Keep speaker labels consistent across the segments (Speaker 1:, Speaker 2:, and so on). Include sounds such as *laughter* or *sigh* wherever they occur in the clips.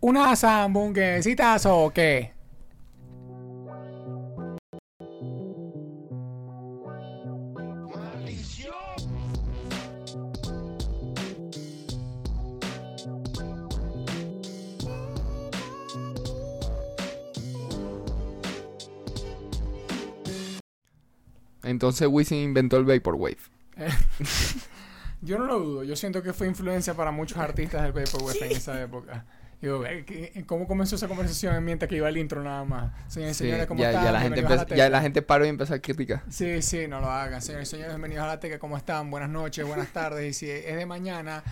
Speaker 1: ¿Unas hamburguesitas o qué?
Speaker 2: Entonces Wisin inventó el Vaporwave.
Speaker 1: Yo no lo dudo. Yo siento que fue influencia para muchos artistas del Vaporwave en esa época. Yo, eh, ¿qué- ¿cómo comenzó esa conversación mientras que iba el intro nada más? Señores y
Speaker 2: Sí,
Speaker 1: señores, Eh, ¿cómo
Speaker 2: ya,
Speaker 1: están?
Speaker 2: ya la gente
Speaker 1: Bienvenidos a
Speaker 2: empezó- ya la gente paró y empezó a criticar.
Speaker 1: Sí, sí, no lo hagan. Señores y señores, bienvenidos a la Teca. ¿Cómo están? Buenas noches, buenas tardes. Y si es de mañana,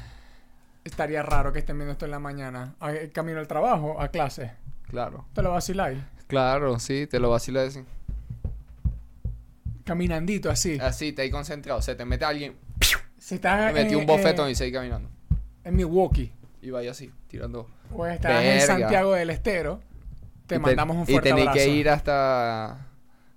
Speaker 1: estaría raro que estén viendo esto en la mañana. Ah, eh, Camino al trabajo, a clase.
Speaker 2: Claro.
Speaker 1: Te lo vaciláis.
Speaker 2: Claro, sí, te lo vacila así.
Speaker 1: Caminandito así.
Speaker 2: Así, te hay concentrado. Se te mete alguien,
Speaker 1: Si estás
Speaker 2: te metió
Speaker 1: en-
Speaker 2: un bofetón
Speaker 1: en,
Speaker 2: y seguí caminando.
Speaker 1: en Milwaukee
Speaker 2: Y vaya así, tirando.
Speaker 1: o estás Pues en
Speaker 2: Verga.
Speaker 1: Santiago del Estero, te
Speaker 2: Y
Speaker 1: mandamos un
Speaker 2: Y
Speaker 1: fuerte
Speaker 2: tenés
Speaker 1: abrazo.
Speaker 2: que ir hasta,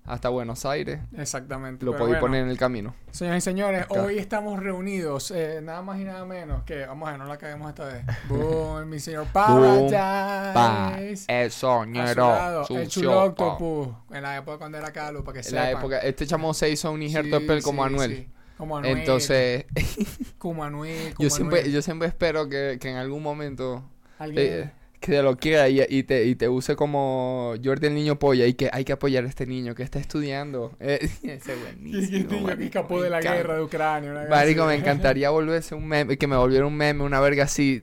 Speaker 2: hasta Buenos Aires.
Speaker 1: Exactamente.
Speaker 2: Lo
Speaker 1: pero
Speaker 2: podéis
Speaker 1: bueno.
Speaker 2: poner en el camino.
Speaker 1: Señoras y señores,
Speaker 2: Acá.
Speaker 1: hoy estamos reunidos, eh, nada más y nada menos que, vamos a ver, no la caguemos esta
Speaker 2: *laughs*
Speaker 1: vez. Boom, mi señor
Speaker 2: Pa,
Speaker 1: Paradise.
Speaker 2: el
Speaker 1: A su
Speaker 2: soñero.
Speaker 1: lado, el chulo
Speaker 2: sucio, pa.
Speaker 1: octopus. En la época cuando era calvo, para que
Speaker 2: En
Speaker 1: sepan.
Speaker 2: la época, este chamo se hizo un injerto de
Speaker 1: Sí,
Speaker 2: pelo como
Speaker 1: sí,
Speaker 2: Anuel.
Speaker 1: sí. Como Anuel.
Speaker 2: Entonces, *laughs*
Speaker 1: Como Anuel. Como
Speaker 2: yo siempre,
Speaker 1: Anuel.
Speaker 2: yo siempre espero que, que en algún momento
Speaker 1: Alguien- *laughs*
Speaker 2: eh, que te lo quiera y, y te, y te use como Jordi el niño polla y que hay que apoyar a este niño que está estudiando. *laughs* Eh, ese
Speaker 1: Y este
Speaker 2: buenísimo.
Speaker 1: niño que
Speaker 2: marico,
Speaker 1: escapó
Speaker 2: me
Speaker 1: de la
Speaker 2: encanta.
Speaker 1: guerra de Ucrania. una cosa
Speaker 2: Marico,
Speaker 1: así.
Speaker 2: me
Speaker 1: *laughs*
Speaker 2: encantaría volverse un meme, que me volviera un meme, una verga así,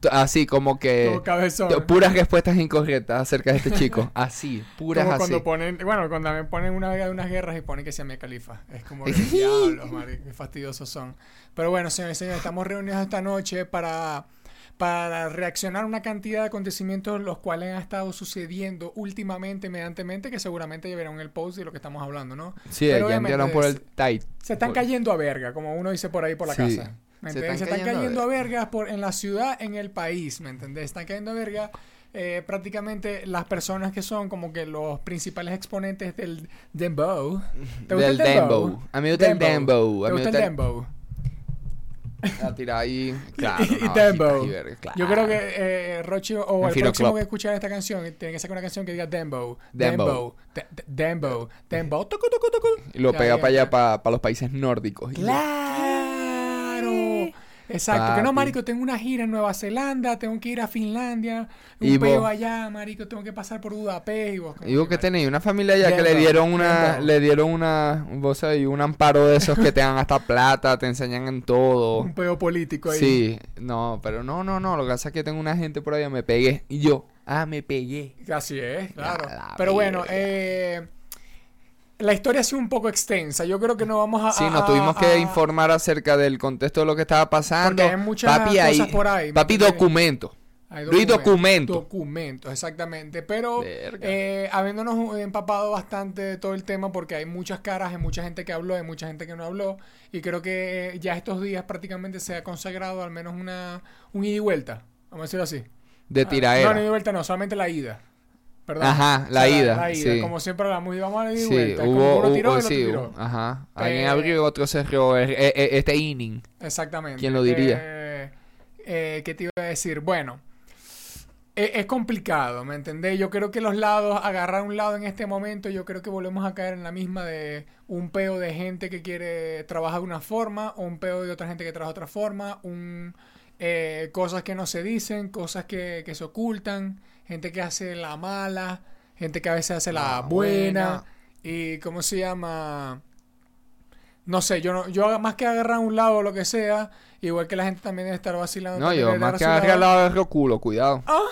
Speaker 2: t- así como que...
Speaker 1: Todo cabezón.
Speaker 2: t- Puras respuestas incorrectas acerca de este
Speaker 1: *laughs*
Speaker 2: chico. Así, puras
Speaker 1: Como
Speaker 2: así.
Speaker 1: cuando ponen, bueno, cuando me ponen una vega de unas guerras y ponen que sea mi califa. Es como los diablos, marico, qué fastidiosos son. Pero bueno, señores y señores, estamos reunidos esta noche para, para reaccionar a una cantidad de acontecimientos los cuales han estado sucediendo últimamente, mediantemente, que seguramente ya verán el post de lo que estamos hablando, ¿no?
Speaker 2: Sí,
Speaker 1: Pero
Speaker 2: ya
Speaker 1: obviamente
Speaker 2: entraron por el
Speaker 1: se-
Speaker 2: tight.
Speaker 1: Se están
Speaker 2: Por-
Speaker 1: cayendo a verga, como uno dice por ahí por la
Speaker 2: Sí.
Speaker 1: casa. ¿Me
Speaker 2: Se
Speaker 1: entendés?
Speaker 2: están
Speaker 1: Se están
Speaker 2: cayendo a
Speaker 1: cayendo a vergas por, en la ciudad, en el país, ¿me entendés? Están cayendo a verga eh, prácticamente las personas que son como que los principales exponentes del dembow. ¿Te gusta
Speaker 2: Del
Speaker 1: el dembow?
Speaker 2: dembow. A mí me gusta el dembow. A
Speaker 1: ¿Te
Speaker 2: mí me
Speaker 1: gusta el
Speaker 2: gusta el-
Speaker 1: dembow?
Speaker 2: *laughs* A tirar
Speaker 1: *laughs*
Speaker 2: ahí. Claro.
Speaker 1: y
Speaker 2: no, aquí
Speaker 1: dembow.
Speaker 2: está, y verga, claro.
Speaker 1: Yo creo que eh, Rochi o
Speaker 2: En
Speaker 1: el
Speaker 2: Fino
Speaker 1: próximo
Speaker 2: Club.
Speaker 1: que escuchar esta canción tiene que sacar una canción que diga dembow.
Speaker 2: Dembow.
Speaker 1: de- de- Dembow. Dembow. Tucu, tucu, tucu.
Speaker 2: Y lo
Speaker 1: Ya,
Speaker 2: pega
Speaker 1: ya,
Speaker 2: para
Speaker 1: ya.
Speaker 2: allá, para los países nórdicos. Y-
Speaker 1: ¡Claro! Exacto, que no,
Speaker 2: Papi.
Speaker 1: marico, tengo una gira en Nueva Zelanda, tengo que ir a Finlandia, un
Speaker 2: Y
Speaker 1: peo
Speaker 2: vos-
Speaker 1: allá, marico, tengo que pasar por Budapest y vos... como
Speaker 2: Y vos que
Speaker 1: marico,
Speaker 2: tenéis una familia allá que le
Speaker 1: Dembow,
Speaker 2: dieron una,
Speaker 1: dembow.
Speaker 2: le dieron una, vos sabés, un amparo de esos que te dan hasta plata, te enseñan en todo.
Speaker 1: Un peo político ahí.
Speaker 2: Sí, no, pero no, no, no, lo que pasa es que tengo una gente por allá, me pegué. Y yo, ah, me pegué.
Speaker 1: Así es, claro.
Speaker 2: Ya la
Speaker 1: Pero bueno,
Speaker 2: verga.
Speaker 1: eh, la historia ha sido un poco extensa, yo creo que no vamos a...
Speaker 2: Sí,
Speaker 1: a-
Speaker 2: nos tuvimos
Speaker 1: a-
Speaker 2: que
Speaker 1: a-
Speaker 2: informar acerca del contexto de lo que estaba pasando.
Speaker 1: ah. Porque hay muchas cosas por ahí, ¿me
Speaker 2: Papi,
Speaker 1: entiendes?
Speaker 2: documento.
Speaker 1: Hay
Speaker 2: Luis, documento.
Speaker 1: Documentos, exactamente. Pero
Speaker 2: Verga.
Speaker 1: eh, habiéndonos empapado bastante de todo el tema, porque hay muchas caras, hay mucha gente que habló, hay mucha gente que no habló, y creo que eh, ya estos días prácticamente se ha consagrado al menos una un ida y vuelta, vamos a decirlo así.
Speaker 2: De
Speaker 1: Ah,
Speaker 2: tiraera.
Speaker 1: No, no ida y vuelta, no, solamente la ida. Perdón.
Speaker 2: Ajá, la ida, sí.
Speaker 1: Como siempre hablamos, y vamos a la ida y
Speaker 2: Sí,
Speaker 1: vuelta. es como
Speaker 2: hubo,
Speaker 1: uno tiró,
Speaker 2: hubo-
Speaker 1: el otro
Speaker 2: sí,
Speaker 1: tiró.
Speaker 2: hubo- ajá.
Speaker 1: Pero-
Speaker 2: Alguien abrió, otro cerró eh, eh, eh, este inning.
Speaker 1: Exactamente.
Speaker 2: ¿Quién lo diría?
Speaker 1: Eh, eh, ¿Qué te iba a decir? Bueno, e- es, complicado, ¿me entendés? Yo creo que los lados, agarrar un lado en este momento, yo creo que volvemos a caer en la misma de un peo de gente que quiere trabajar de una forma, o un peo de otra gente que trabaja de otra forma, un, eh, cosas que no se dicen, cosas que, que se ocultan, gente que hace la mala, gente que a veces hace la
Speaker 2: La
Speaker 1: buena,
Speaker 2: buena.
Speaker 1: y ¿cómo se llama? No sé, yo no, yo más que agarrar un lado o lo que sea, igual que la gente también debe estar vacilando.
Speaker 2: No,
Speaker 1: también
Speaker 2: yo
Speaker 1: debe
Speaker 2: más
Speaker 1: dar
Speaker 2: que
Speaker 1: su
Speaker 2: agarré
Speaker 1: lado.
Speaker 2: al lado del culo, cuidado.
Speaker 1: Ah,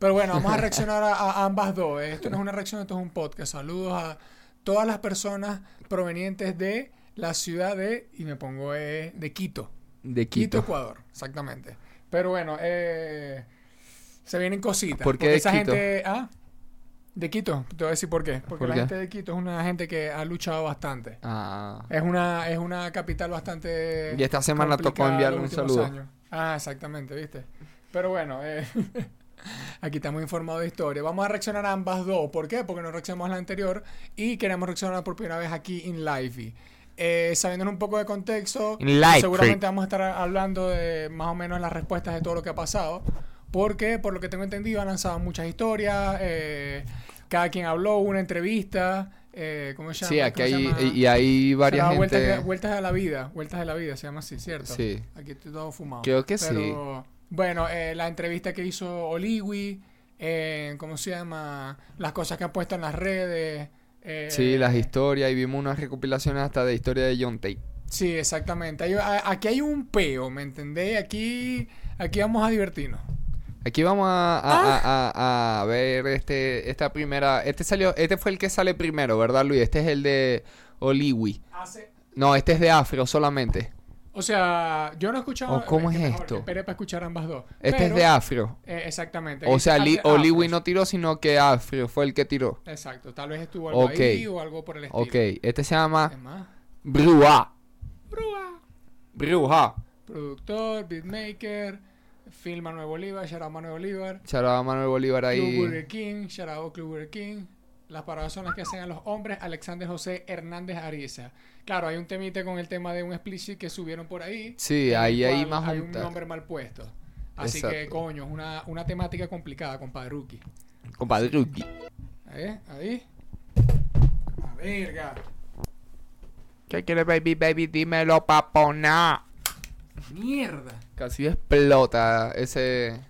Speaker 1: Pero bueno, vamos
Speaker 2: *laughs*
Speaker 1: a reaccionar a, a ambas dos. eh. Esto no es una reacción, esto es un podcast. Saludos a todas las personas provenientes de la ciudad de, y me pongo eh, de Quito.
Speaker 2: De
Speaker 1: Quito,
Speaker 2: Quito.
Speaker 1: Ecuador, exactamente. Pero bueno, eh, se vienen cositas.
Speaker 2: ¿Por qué
Speaker 1: porque
Speaker 2: de
Speaker 1: esa
Speaker 2: Quito?
Speaker 1: gente. ¿Ah? De Quito, te voy a decir por qué. Porque
Speaker 2: ¿Por
Speaker 1: la
Speaker 2: qué?
Speaker 1: gente de Quito es una gente que ha luchado bastante.
Speaker 2: Ah.
Speaker 1: Es una, es una capital bastante.
Speaker 2: Y esta semana tocó
Speaker 1: complicada
Speaker 2: enviarle
Speaker 1: los
Speaker 2: un
Speaker 1: últimos
Speaker 2: saludo.
Speaker 1: años. Ah, exactamente, viste. Pero bueno, eh, *laughs* aquí estamos informados de historia. Vamos a reaccionar a ambas dos. ¿Por qué? Porque no reaccionamos a la anterior y queremos reaccionar por primera vez aquí en Live. Eh, sabiéndonos un poco de contexto,
Speaker 2: En Live.
Speaker 1: seguramente vamos a estar hablando de más o menos las respuestas de todo lo que ha pasado. Porque, por lo que tengo entendido, han lanzado muchas historias. eh, cada quien habló, una entrevista. Eh, ¿Cómo se llama?
Speaker 2: Sí, aquí
Speaker 1: ¿Cómo se
Speaker 2: hay,
Speaker 1: llama?
Speaker 2: y y hay
Speaker 1: Se llama
Speaker 2: varias
Speaker 1: vueltas,
Speaker 2: gente...
Speaker 1: de- vueltas a la vida. Vueltas a la vida se llama así, ¿cierto?
Speaker 2: Sí.
Speaker 1: Aquí estoy todo fumado.
Speaker 2: Creo que sí.
Speaker 1: Pero, Bueno, eh, la entrevista que hizo Oliwi, eh, ¿cómo se llama? Las cosas que ha puesto en las redes. eh,
Speaker 2: Sí, las historias. Y vimos unas recopilaciones hasta de historia de John Tate.
Speaker 1: Sí, exactamente. Hay- a- aquí hay un peo, ¿me entendéis? Aquí, aquí vamos a divertirnos.
Speaker 2: Aquí vamos a,
Speaker 1: Ah.
Speaker 2: a- a- a- a ver este, esta primera. Este salió, este fue el que sale primero, ¿verdad, Luis? Este es el de Oliwi. No, este es de Afro solamente.
Speaker 1: O sea, yo no he escuchado.
Speaker 2: ¿O cómo
Speaker 1: que
Speaker 2: es
Speaker 1: mejor,
Speaker 2: esto?
Speaker 1: Esperé para escuchar ambas dos.
Speaker 2: Este es
Speaker 1: Pero,
Speaker 2: de Afro.
Speaker 1: eh, exactamente.
Speaker 2: O
Speaker 1: Dice
Speaker 2: sea, Li-
Speaker 1: After
Speaker 2: Oliwi
Speaker 1: Hours.
Speaker 2: no tiró, sino que Afro fue el que tiró.
Speaker 1: Exacto, tal vez estuvo algo
Speaker 2: Ok.
Speaker 1: ahí o algo por el estilo.
Speaker 2: Ok, este se
Speaker 1: Es
Speaker 2: llama
Speaker 1: más,
Speaker 2: Bruja.
Speaker 1: Brua.
Speaker 2: Bruja.
Speaker 1: Productor, beatmaker, film Manuel Bolívar, shout out Manuel Bolívar,
Speaker 2: Charaba Manuel Bolívar
Speaker 1: Club
Speaker 2: ahí.
Speaker 1: Burger King, shout out Club Burger King. Las paradas son las que hacen a los hombres Alexander José Hernández Ariza. Claro, hay un temite con el tema de un explicit que subieron por ahí.
Speaker 2: Sí,
Speaker 1: en el
Speaker 2: ahí hay
Speaker 1: cual
Speaker 2: más
Speaker 1: Hay un
Speaker 2: juntas.
Speaker 1: nombre mal puesto. Así que,
Speaker 2: Exacto.
Speaker 1: coño, es una, una temática complicada, compadre Rookie.
Speaker 2: Compadre Ruki.
Speaker 1: ¿Eh? Ahí. A verga.
Speaker 2: ¿Qué quiere, baby, baby? Dímelo, papona.
Speaker 1: Mierda.
Speaker 2: Casi explota ese.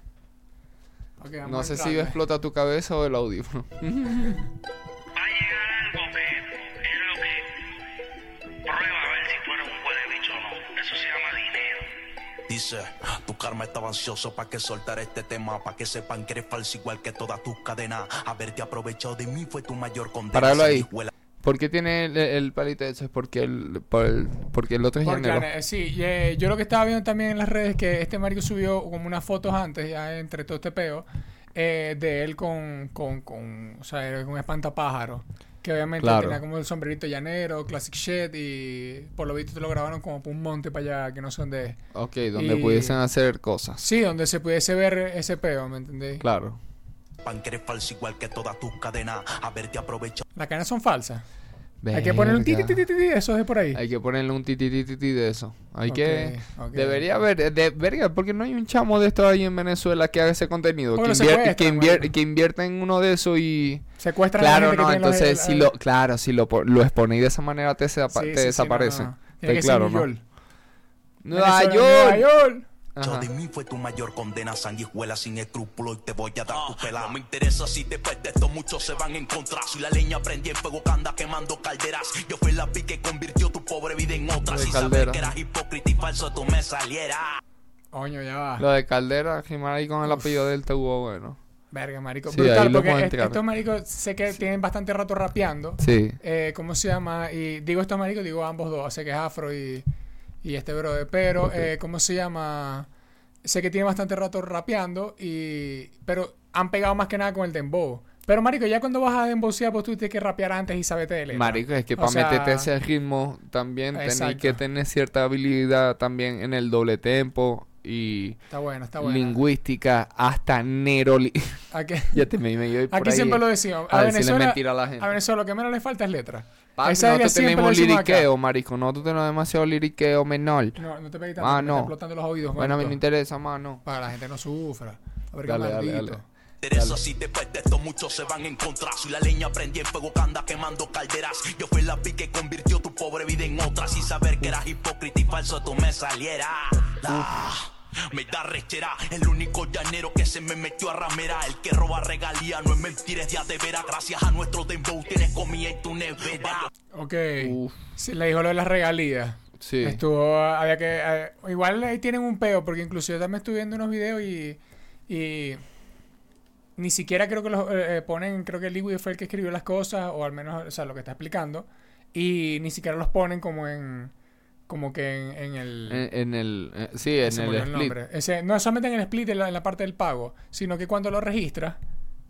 Speaker 1: Ok, vamos
Speaker 2: No
Speaker 1: a
Speaker 2: sé si
Speaker 1: entrarle.
Speaker 2: explota tu cabeza o el audífono.
Speaker 3: Va a llegar algo que es lo que prueba a ver si tú eres un buen bicho o no. Eso se llama dinero.
Speaker 4: Dice, tu karma estaba ansioso para que soltara este tema, para que sepan que eres falso igual que todas tus cadenas. Haberte aprovechado de mí fue tu mayor condena.
Speaker 2: Paralo ahí.
Speaker 4: sanguijuela.
Speaker 2: ¿Por qué tiene el, el palito eso? Es porque el, por el- porque el otro es
Speaker 1: Porque,
Speaker 2: llanero.
Speaker 1: eh, sí, y, eh, yo lo que estaba viendo también en las redes es que este Mario subió como unas fotos antes, ya entre todo este peo, eh, de él con, con, con, o sea, era un espantapájaro. Que obviamente
Speaker 2: Claro.
Speaker 1: tenía como el sombrerito llanero, classic shit, y por lo visto te lo grabaron como por un monte para allá, que no sé dónde es.
Speaker 2: Ok, donde
Speaker 1: Y-
Speaker 2: pudiesen hacer cosas.
Speaker 1: Sí, donde se pudiese ver ese peo, ¿me entendéis?
Speaker 2: Claro.
Speaker 4: Sepan que eres falso igual que todas tus cadenas. Haberte aprovechado
Speaker 1: Las canas son falsas. Hay que ponerle un ti, ti,
Speaker 2: Verga.
Speaker 1: ti, ti, ti, ti, eso es por ahí.
Speaker 2: Hay que ponerle un ti, ti, ti, ti, ti de eso. Hay
Speaker 1: Ok,
Speaker 2: que.
Speaker 1: ok.
Speaker 2: Debería haber. eh, De, verga, porque no hay un chamo de esto ahí en Venezuela que haga ese contenido.
Speaker 1: Porque
Speaker 2: Que,
Speaker 1: lo
Speaker 2: invier-
Speaker 1: secuestran,
Speaker 2: que, invier-
Speaker 1: marico.
Speaker 2: que invierta en uno de eso y.
Speaker 1: Secuestran a la
Speaker 2: Claro,
Speaker 1: gente que
Speaker 2: no,
Speaker 1: tiene los-
Speaker 2: entonces
Speaker 1: el-
Speaker 2: si
Speaker 1: el-
Speaker 2: lo. Claro, si lo, po- lo exponéis de esa manera te, se-
Speaker 1: Sí,
Speaker 2: te
Speaker 1: sí, sí, no,
Speaker 2: desaparece.
Speaker 1: no, no. Tiene que
Speaker 2: Está
Speaker 1: ser
Speaker 2: claro,
Speaker 1: New
Speaker 2: ¿no?
Speaker 1: York.
Speaker 2: Nueva
Speaker 1: Venezuela,
Speaker 2: York.
Speaker 1: Nueva York.
Speaker 2: Ajá.
Speaker 4: de mí fue tu mayor condena. Sanguijuela sin escrúpulo y te voy a dar tu pela. Ah, No me interesa si después de esto muchos se van en contra. Si la leña prendí en fuego que anda quemando calderas. Yo fui la pi que convirtió tu pobre vida en otra.
Speaker 2: De
Speaker 4: Si sabes
Speaker 2: caldera.
Speaker 4: que eras hipócrita y falso, tú me salieras.
Speaker 1: Coño, ya va.
Speaker 2: Lo de Caldera, rimar ahí con el apellido del Tehubo, bueno.
Speaker 1: Verga, marico.
Speaker 2: Sí, ahí
Speaker 1: Brutal,
Speaker 2: lo
Speaker 1: porque
Speaker 2: puedo
Speaker 1: est-
Speaker 2: entrar.
Speaker 1: estos maricos sé que tienen bastante rato rapeando.
Speaker 2: Sí.
Speaker 1: Eh, ¿Cómo se llama? Y digo estos maricos, digo ambos dos. Sé que es Afro y, y este brother. Pero, eh, ¿cómo se llama? Sé que tienen bastante rato rapeando y... Pero han pegado más que nada con el dembow. Pero, marico, ya cuando vas a dembowsear, pues tú tienes que rapear antes y saberte de letra.
Speaker 2: Marico, es que
Speaker 1: O
Speaker 2: para
Speaker 1: sea,
Speaker 2: meterte a ese ritmo también tenéis
Speaker 1: Exacto.
Speaker 2: que tener cierta habilidad también en el doble tempo y
Speaker 1: Está bueno, está bueno.
Speaker 2: lingüística hasta neroli. *laughs*
Speaker 1: Aquí,
Speaker 2: ya te me, me iba a ir por
Speaker 1: aquí
Speaker 2: ahí,
Speaker 1: siempre
Speaker 2: eh.
Speaker 1: lo decimos.
Speaker 2: A,
Speaker 1: A,
Speaker 2: decirle
Speaker 1: Venezuela,
Speaker 2: mentira a la gente.
Speaker 1: a Venezuela lo que menos le falta es letra.
Speaker 2: Papi,
Speaker 1: Esa idea
Speaker 2: nosotros
Speaker 1: siempre la
Speaker 2: tenemos
Speaker 1: decimos acá.
Speaker 2: liriqueo, marico. Nosotros tenemos demasiado liriqueo menor.
Speaker 1: No, no te pegues tanto.
Speaker 2: Ah,
Speaker 1: que me
Speaker 2: no.
Speaker 1: está explotando los oídos.
Speaker 2: bueno, a mí
Speaker 1: marico.
Speaker 2: no interesa, mano.
Speaker 1: Para que la gente no sufra. A ver, qué
Speaker 2: Dale, dale,
Speaker 1: maldito.
Speaker 2: dale.
Speaker 4: Interesa si después de esto muchos se van en contra. Si la leña prendí en fuego que anda quemando calderas. Yo fui la pi que convirtió tu pobre vida en otra. Sin saber que eras hipócrita y falso tú me salieras. Ah, me da rechera, el único llanero que se me metió a ramera. El que roba regalía, no es mentira, es de a de veras. Gracias a nuestro dembow tienes comida en tu nevera.
Speaker 1: Ok.
Speaker 2: Uf.
Speaker 1: Sí, le dijo lo de las regalías.
Speaker 2: Sí.
Speaker 1: Estuvo, había que, eh, igual ahí tienen un peo, porque incluso yo también estuve viendo unos videos y, y ni siquiera creo que los eh, eh, ponen, creo que Liwi fue el que escribió las cosas, o al menos, o sea, lo que está explicando, y ni siquiera los ponen como en, como que en, en el...
Speaker 2: En, en el... eh, sí, en
Speaker 1: se
Speaker 2: el
Speaker 1: me olvidó
Speaker 2: split.
Speaker 1: nombre. Ese- no solamente en el split, en la, en la parte del pago, sino que cuando lo registras,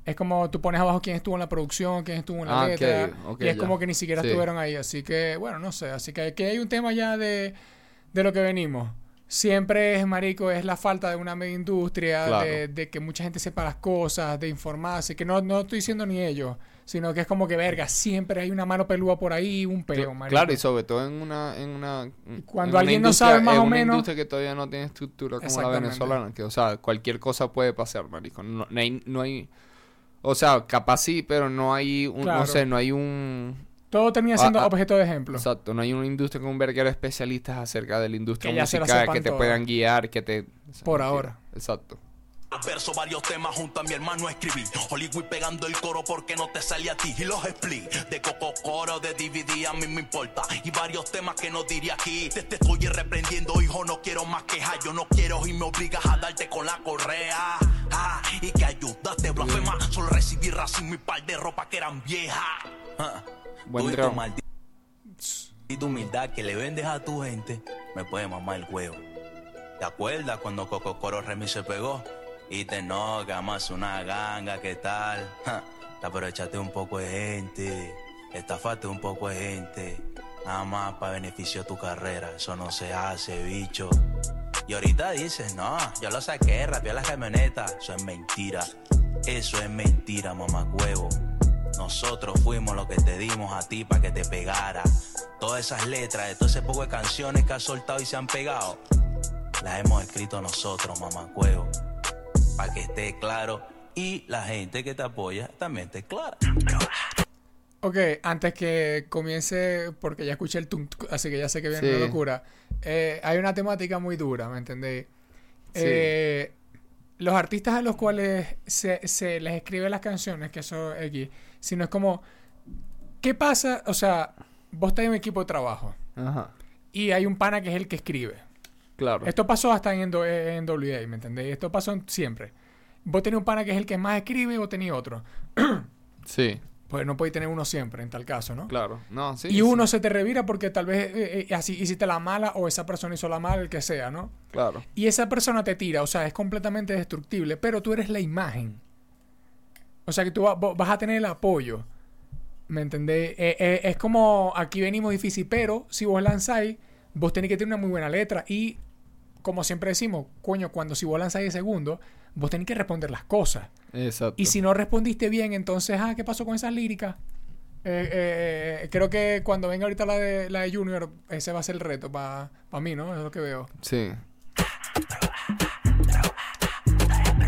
Speaker 1: es como tú pones abajo quién estuvo en la producción, quién estuvo en la
Speaker 2: Ah, ok,
Speaker 1: letra.
Speaker 2: ok,
Speaker 1: y es
Speaker 2: ya.
Speaker 1: como que ni siquiera
Speaker 2: Sí.
Speaker 1: estuvieron ahí. Así que, bueno, no sé. Así que aquí hay un tema ya de, de lo que venimos. Siempre es, marico, es la falta de una media industria,
Speaker 2: Claro.
Speaker 1: de, de que mucha gente sepa las cosas, de informarse, que no, no estoy diciendo ni ellos, sino que es como que, verga, siempre hay una mano pelúa por ahí, un peo, marico.
Speaker 2: Claro, y sobre todo en una. En una
Speaker 1: Cuando
Speaker 2: en una
Speaker 1: alguien no
Speaker 2: industria-
Speaker 1: sabe más
Speaker 2: en
Speaker 1: o
Speaker 2: una
Speaker 1: menos-
Speaker 2: industria que todavía no tiene estructura como la
Speaker 1: Exactamente.
Speaker 2: venezolana. Que, o sea, cualquier cosa puede pasar, marico. No, no hay, no hay. O sea, capaz sí, pero no hay. Un,
Speaker 1: Claro.
Speaker 2: No sé, no hay un.
Speaker 1: Todo termina siendo
Speaker 2: Ah, ah.
Speaker 1: objeto de ejemplo.
Speaker 2: Exacto, no hay una industria con un verguero de especialistas acerca de la industria
Speaker 1: Que ya se la
Speaker 2: musical
Speaker 1: sepan
Speaker 2: que te
Speaker 1: todas.
Speaker 2: puedan guiar, que te.
Speaker 1: Por
Speaker 2: Mentira.
Speaker 1: ahora.
Speaker 2: Exacto.
Speaker 4: Verso varios temas junto a mi hermano escribí. Hollywood pegando el coro porque no te salía a ti. Y los split de Coco Coro, de DVD, a mí me importa. Y varios temas que no diré aquí. Te, te estoy reprendiendo, hijo, no quiero más quejas. Yo no quiero y me obligas a darte con la correa. Ah, y que ayudaste, blasfema. Solo recibí racismo y par de ropa que eran viejas. Ah,
Speaker 2: Buen
Speaker 4: tú y tu
Speaker 2: dron.
Speaker 4: maldi- Y tu humildad que le vendes a tu gente, me puede mamar el huevo. ¿Te acuerdas cuando Coco Coro Remy se pegó? Y te noca más una ganga, ¿qué tal? Ja, te aprovechaste un poco de gente, estafaste un poco de gente, nada más para beneficio de tu carrera, eso no se hace, bicho. Y ahorita dices, no, yo lo saqué, rapeé la camioneta, eso es mentira, eso es mentira, mamacuevo. Nosotros fuimos lo que te dimos a ti para que te pegara. Todas esas letras de todo ese poco de canciones que has soltado y se han pegado, las hemos escrito nosotros, mamacuevo. Para que esté claro y la gente que te apoya también esté clara.
Speaker 1: Ok, antes que comience, porque ya escuché el tum, tuc, así que ya sé que viene
Speaker 2: Sí.
Speaker 1: una locura. Eh, hay una temática muy dura, ¿me entendéis?
Speaker 2: Sí.
Speaker 1: Eh, los artistas a los cuales se, se les escribe las canciones, que eso X, sino es como, ¿qué pasa? O sea, vos tenés un equipo de trabajo
Speaker 2: Ajá.
Speaker 1: y hay un pana que es el que escribe.
Speaker 2: Claro.
Speaker 1: Esto pasó hasta en, do- en WA, ¿me entendéis? Esto pasó en- siempre. Vos tenés un pana que es el que más escribe y vos tenés otro.
Speaker 2: Sí,
Speaker 1: Pues no podéis tener uno siempre, en tal caso, ¿no?
Speaker 2: claro. No, sí.
Speaker 1: y
Speaker 2: sí.
Speaker 1: uno se te revira porque tal vez eh, eh, así hiciste la mala o esa persona hizo la mala, el que sea, ¿no?
Speaker 2: Claro.
Speaker 1: Y esa persona te tira, o sea, es completamente destructible, pero tú eres la imagen. O sea, que tú va- vo- vas a tener el apoyo. ¿Me entendés? Eh, eh, es como aquí venimos difícil, pero si vos lanzáis, vos tenés que tener una muy buena letra. Y como siempre decimos, coño, cuando si vos lanzáis de segundo, vos tenés que responder las cosas.
Speaker 2: Exacto.
Speaker 1: Y si no respondiste bien, entonces, ah, ¿qué pasó con esas líricas? Eh, eh, eh, creo que cuando venga ahorita la de, la de Junior, ese va a ser el reto para mí, ¿no? Es lo que veo.
Speaker 2: Sí.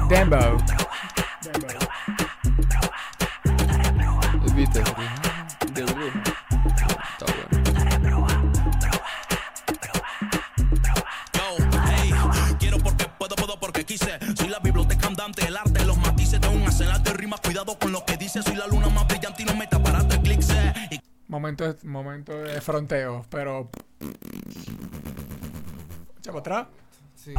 Speaker 1: Dembo.
Speaker 2: ¿Viste? De brujo. Está bueno.
Speaker 4: Yo, hey, quiero porque puedo, puedo porque quise. Soy la biblioteca andante, el arte, los matices de un acelante. Rimas, cuidado con lo que dices. Soy la luna más brillante y no me taparás de clics. eh. Y
Speaker 1: Momento, momento de fronteo, pero. Echa para atrás.
Speaker 4: Yo,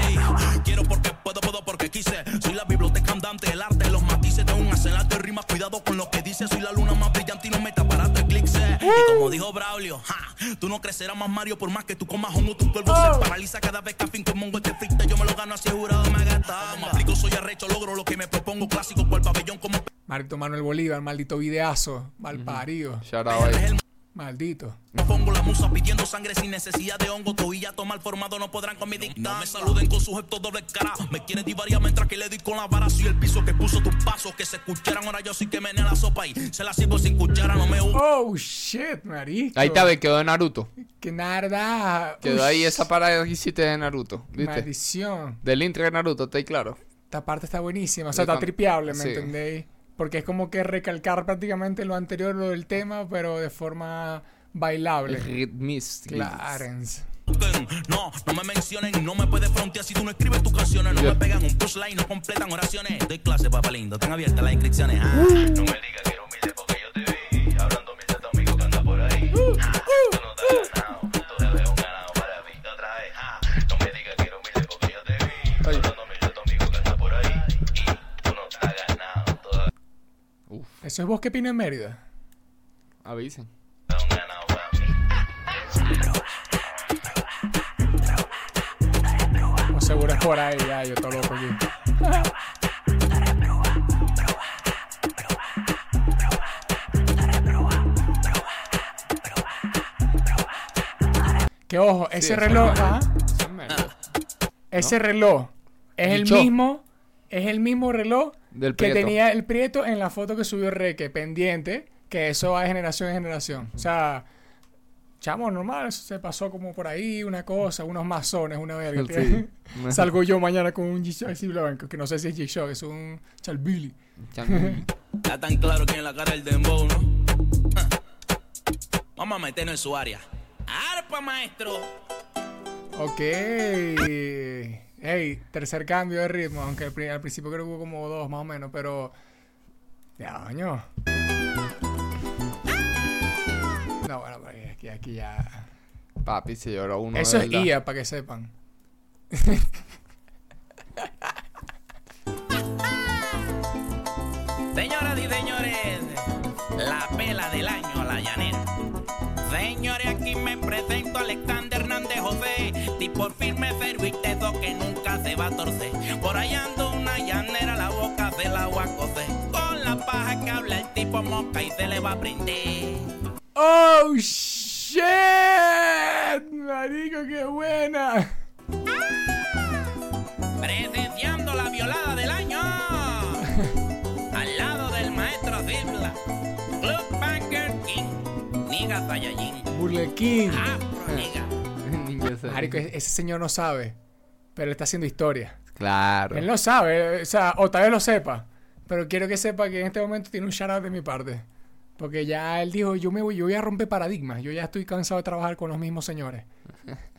Speaker 4: hey, quiero porque puedo, puedo porque quise. Soy la biblioteca andante, el arte, los matices de un acelante. Rimas, cuidado con lo que dices. Soy la luna más brillante y no me taparás de clics. eh. Y como dijo Braulio, ja, tú no crecerás más Mario por más que tú comas hongo. Tu cuerpo se paraliza cada vez que afinco el mongo este frita. Yo me lo gano así jurado, me agata. Me aplico, soy arrecho, logro lo que me propongo. Clásico por el pabellón como
Speaker 1: Maldito Manuel Bolívar, maldito videazo, mal parido,
Speaker 2: Shout out ahí.
Speaker 1: maldito.
Speaker 4: No pongo la musa pidiendo sangre sin necesidad de hongo. Toilla tomar formado no podrán con mi dictado. No me saluden con sus gestos doble cara. Me quieren divariar mientras que le doy con la vara. Soy el piso que puso tus pasos. Que se escucharan ahora yo sí que menea la sopa y se la sirvo sin cuchara. No me gusta.
Speaker 1: Oh shit, marico.
Speaker 2: Ahí está, ve, quedó de Naruto.
Speaker 1: Que narda.
Speaker 2: Quedó
Speaker 1: Ush,
Speaker 2: ahí esa parada que hiciste de Naruto. ¿Viste?
Speaker 1: Maldición.
Speaker 2: Del intro de Naruto, está ahí claro.
Speaker 1: Esta parte está buenísima, o sea,
Speaker 2: Yo
Speaker 1: está
Speaker 2: tam-
Speaker 1: tripeable, ¿me
Speaker 2: sí.
Speaker 1: entendéis? Porque es como que recalcar prácticamente lo anterior, lo del tema, pero de forma bailable.
Speaker 2: Ritmis.
Speaker 1: Clarence.
Speaker 4: No, no me mencionen. No me puedes frontear si tú no escribes tus canciones. No
Speaker 2: Ya.
Speaker 4: me pegan un push line. No completan oraciones. Doy clase, papá lindo. Están abiertas las inscripciones. Ah,
Speaker 5: No me digas que eres humilde porque yo te vi Hablando mil de tu amigo que anda por ahí Ja, Tú no te has ganado, tú eres un ganado para mí Otra vez, ja. no me digas que eres humilde porque yo te vi Hablando mil de tu amigo que anda por ahí Y tú no te has ganado, tú eres
Speaker 1: ¿Eso es vos que pina en Mérida?
Speaker 2: Avisen.
Speaker 5: un ganado para mí
Speaker 1: O seguro es por ahí, ya, yo todo loco aquí. Que ojo, ese
Speaker 2: eso
Speaker 1: reloj, ¿ah?
Speaker 2: no.
Speaker 1: ajá,
Speaker 2: Esa mierda.
Speaker 1: ese reloj es el
Speaker 2: Dicho.
Speaker 1: mismo, es el mismo reloj
Speaker 2: Del
Speaker 1: que
Speaker 2: Prieto.
Speaker 1: tenía el Prieto en la foto que subió Reque, pendiente, que eso va de generación en generación. O sea, chamo, normal, eso se pasó como por ahí, una cosa, unos masones, una verga.
Speaker 2: *laughs* Sí.
Speaker 1: *laughs* Salgo yo mañana con un G-Shock así blanco, que no sé si es G-Shock, es un Charbilly. *laughs*
Speaker 2: Chamo.
Speaker 4: Está tan claro que en la cara el dembow, ¿no? Ah. Vamos a meternos en su área. ¡Arpa, maestro!
Speaker 1: Ok. Ey, tercer cambio de ritmo, aunque al, pri- al principio creo que hubo como dos más o menos, pero. Ya, coño. No, bueno, pero aquí, aquí ya.
Speaker 2: Papi, se lloró uno.
Speaker 1: Eso
Speaker 2: de
Speaker 1: es
Speaker 2: verdad. *laughs*
Speaker 1: IA, para que sepan.
Speaker 4: Señoras y señores, la pela del año a la llanera. Señores, aquí me presento Alexander Hernández José, tipo firme, cero y teso que nunca se va a torcer. Por ahí ando una llanera, la boca del agua coce. Con la paja que habla el tipo mosca y se le va a prender.
Speaker 1: ¡Oh, shit! Marico, qué buena.
Speaker 4: Presenciando la violada del año. Al lado del maestro Zibla, Club Banker King, Niga Sayajin,
Speaker 1: Burger King.
Speaker 4: Afro Niga.
Speaker 2: Ninja Zen.
Speaker 1: Marico, e- ese señor no sabe, pero está haciendo historia.
Speaker 2: Claro.
Speaker 1: Él no sabe, o sea, o tal vez lo sepa, pero quiero que sepa que en este momento tiene un shout de mi parte. Porque ya él dijo, yo me voy, yo voy a romper paradigmas, yo ya estoy cansado de trabajar con los mismos
Speaker 2: *laughs*
Speaker 1: señores.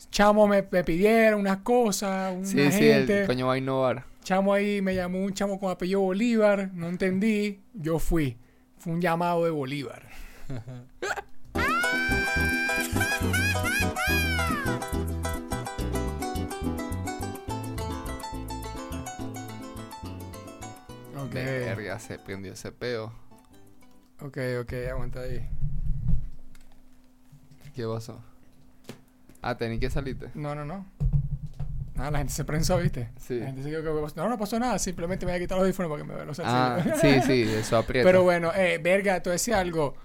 Speaker 1: Chamo me, me pidieron unas cosas, una
Speaker 2: Sí, sí,
Speaker 1: gente.
Speaker 2: el coño va a innovar.
Speaker 1: Chamo ahí, me llamó un chamo con apellido Bolívar, no entendí, yo fui. Fue un llamado de Bolívar. ok,
Speaker 2: Verga, se prendió ese peo.
Speaker 1: ok, ok, aguanta ahí.
Speaker 2: ¿Qué pasó? Ah, tenés que salirte.
Speaker 1: No, no, no. Nada, la gente se prensó, ¿viste?
Speaker 2: Sí.
Speaker 1: La gente se quedó como, no, no pasó nada, simplemente me voy a quitar los audífonos para que me vean los *laughs*
Speaker 2: Ah,
Speaker 1: salsillos".
Speaker 2: sí, sí, eso aprieta.
Speaker 1: Pero bueno, eh, verga, tú decías algo.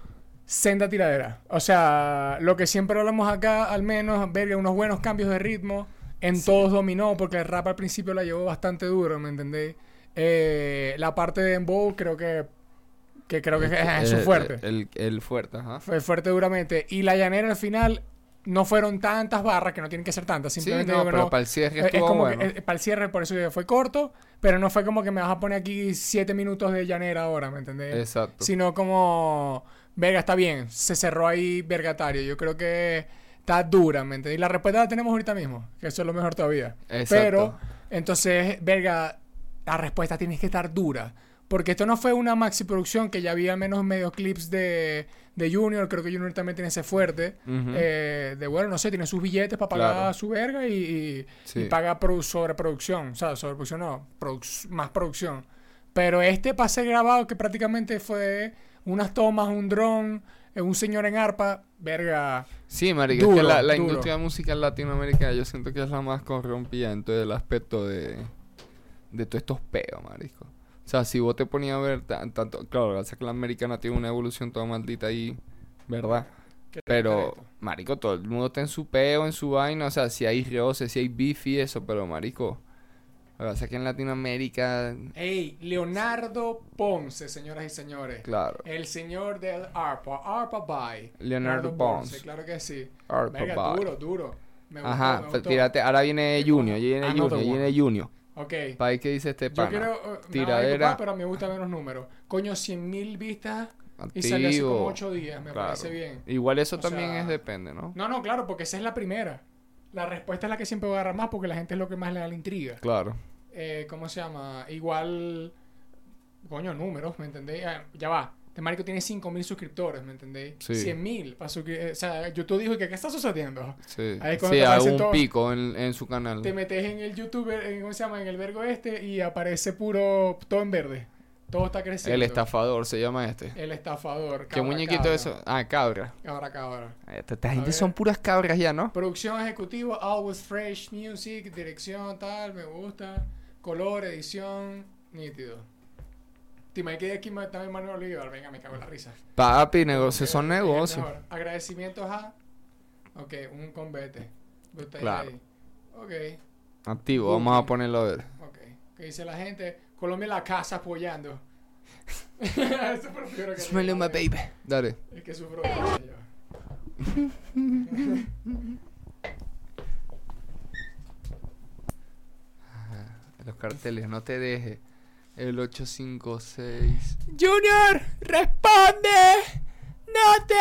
Speaker 1: Senda tiradera. O sea, lo que siempre hablamos acá, al menos, verga, unos buenos cambios de ritmo. En todos dominó, porque el rap al principio la llevó bastante duro, ¿me entendéis? Eh, la parte de Embow creo que, que creo que *laughs*
Speaker 2: Eh,
Speaker 1: es su
Speaker 2: El-
Speaker 1: fuerte.
Speaker 2: El, el fuerte, ajá.
Speaker 1: Fue fuerte duramente. Y la llanera al final no fueron tantas barras, que no tienen que ser tantas.
Speaker 2: Sí,
Speaker 1: Simplemente
Speaker 2: no,
Speaker 1: digo que
Speaker 2: pero para el cierre
Speaker 1: Eh, es
Speaker 2: estuvo
Speaker 1: como
Speaker 2: bueno.
Speaker 1: que eh, para el cierre, por eso digo, fue corto, pero no fue como que me vas a poner aquí siete minutos de llanera ahora, ¿me entendés?
Speaker 2: Exacto.
Speaker 1: Sino como, verga, está bien, se cerró ahí vergatario. Yo creo que está dura, ¿me entendés? Y la respuesta la tenemos ahorita mismo, que eso es lo mejor todavía.
Speaker 2: Exacto.
Speaker 1: Pero, entonces, verga, la respuesta tienes que estar dura. Porque esto no fue una maxi producción que ya había al menos medio clips de, de Junior. Creo que Junior también tiene ese fuerte.
Speaker 2: Ujú.
Speaker 1: eh, de bueno, no sé, tiene sus billetes para pagar
Speaker 2: Claro.
Speaker 1: su verga y, y-
Speaker 2: Sí.
Speaker 1: y paga produ- sobreproducción. O sea, sobreproducción no, produc- más producción. Pero este pase grabado que prácticamente fue unas tomas, un dron, eh, un señor en arpa, verga.
Speaker 2: Sí, marica, es
Speaker 1: Duro,
Speaker 2: que la, la
Speaker 1: duro.
Speaker 2: industria musical latinoamericana yo siento que es la más corrompida en todo el aspecto de, de todos estos peos, marico. O sea, si vos te ponías a ver tan- tanto... Claro, gracias que la americana tiene una evolución toda maldita ahí, ¿verdad? Pero, marico, todo el mundo está en su peo, en su vaina. O sea, si hay roces, si hay beef y eso, pero, marico... La verdad es que en Latinoamérica...
Speaker 1: Ey, Leonardo Ponce, señoras y señores.
Speaker 2: Claro.
Speaker 1: El señor del arpa, arpa by.
Speaker 2: Leonardo Ponce.
Speaker 1: Claro que sí.
Speaker 2: Arpa
Speaker 1: Verga,
Speaker 2: by.
Speaker 1: duro, duro. Me gustó,
Speaker 2: Ajá,
Speaker 1: me
Speaker 2: fe-
Speaker 1: gustó. Eh,
Speaker 2: tírate. Ahora viene Junior, ya viene
Speaker 1: Another
Speaker 2: Junior, ya
Speaker 1: one.
Speaker 2: viene Junior.
Speaker 1: Ok.
Speaker 2: Para ahí que dice este
Speaker 1: Yo
Speaker 2: pana.
Speaker 1: quiero... eh, me va a
Speaker 2: tiradera.
Speaker 1: disculpar, pero me gustan menos números. Coño, 100.000 vistas y salió hace como
Speaker 2: Activo.
Speaker 1: 8 días. Me
Speaker 2: Claro.
Speaker 1: parece bien.
Speaker 2: Igual eso
Speaker 1: O
Speaker 2: también
Speaker 1: sea-
Speaker 2: es depende, ¿no?
Speaker 1: No, no, claro, porque esa es la primera. La respuesta es la que siempre va a agarrar más porque la gente es lo que más le da la intriga.
Speaker 2: Claro.
Speaker 1: eh, ¿cómo se llama? Igual, coño, números, ¿me entendéis? Ah, ya va. Este marico tiene 5.000 suscriptores, ¿me entendéis?
Speaker 2: Sí.
Speaker 1: 100.000. pa' suscri- eh, O sea, YouTube dijo que ¿qué está sucediendo?
Speaker 2: Sí,
Speaker 1: Ahí es cuando
Speaker 2: sí
Speaker 1: te
Speaker 2: hago
Speaker 1: aparece
Speaker 2: un
Speaker 1: todo.
Speaker 2: pico en, en su canal.
Speaker 1: Te metes en el youtuber, en, ¿cómo se llama? En el vergo este y aparece puro, todo en verde. Todo está creciendo.
Speaker 2: El estafador se llama este.
Speaker 1: El estafador.
Speaker 2: ¿Qué muñequito
Speaker 1: cabra.
Speaker 2: eso? Ah, cabra.
Speaker 1: Cabra, cabra.
Speaker 2: Esta, esta
Speaker 1: ver.
Speaker 2: gente son puras cabras ya, ¿no?
Speaker 1: Producción ejecutiva, Always Fresh Music, dirección tal, me gusta. Color, edición, nítido. Te imaginas que aquí ma- también Manuel Olivar, venga, me cago en la risa.
Speaker 2: Papi, negocios son
Speaker 1: Eh, es el
Speaker 2: negocios.
Speaker 1: mejor. Agradecimientos a. Ok, un convete. Usted
Speaker 2: Claro.
Speaker 1: ahí. Ok,
Speaker 2: Activo, vamos a
Speaker 1: Booking.
Speaker 2: ponerlo a ver.
Speaker 1: ok. que dice la gente, Colombia en la casa apoyando. *laughs* Eso prefiero que
Speaker 2: Smell my baby. Dale.
Speaker 1: Es que sufro de eso yo.
Speaker 2: Los carteles, no te deje. El 856.
Speaker 1: Junior, responde. No te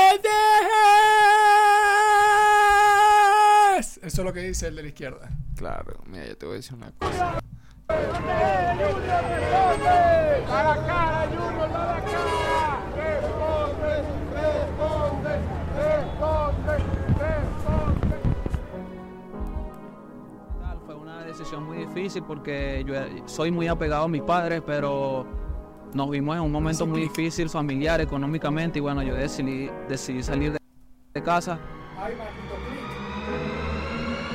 Speaker 1: dejes. Eso es lo que dice el de la izquierda.
Speaker 2: Claro, mira, yo te voy a decir una cosa.
Speaker 6: tal, Fue una decisión muy difícil porque yo soy muy apegado a mis padres, pero nos vimos en un momento muy difícil familiar, económicamente, y bueno, yo decidí, decidí salir de, de casa.
Speaker 1: Ay, maldito click.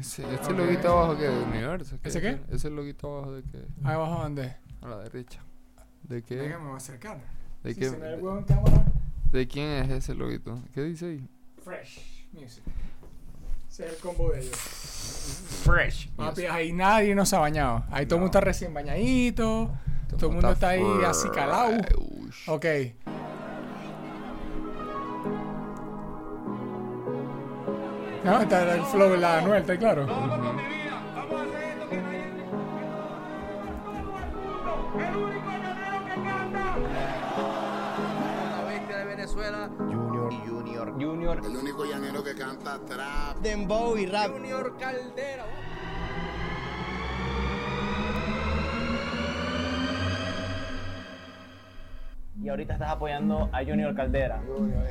Speaker 2: Ese, ese loguito abajo que de universo.
Speaker 1: ¿Ese qué?
Speaker 2: Ese loguito abajo de que.
Speaker 1: Ahí abajo dónde.
Speaker 2: A la derecha. ¿De qué?
Speaker 1: Venga, me voy a acercar.
Speaker 2: ¿De,
Speaker 1: Si
Speaker 2: qué?
Speaker 1: se me ve el
Speaker 2: de,
Speaker 1: huevo en cámara.
Speaker 2: de quién es ese loguito? ¿Qué dice ahí?
Speaker 1: Fresh Music. Ese es el combo de ellos.
Speaker 2: Fresh.
Speaker 1: Papi, ahí nadie nos ha bañado. Ahí todo el mundo está recién bañadito. Todo el mundo está ahí así calado. Ok. No, está el flow de la Anuel, está claro.
Speaker 7: El único llanero que canta trap.
Speaker 8: y ahorita estás apoyando a Junior Caldera.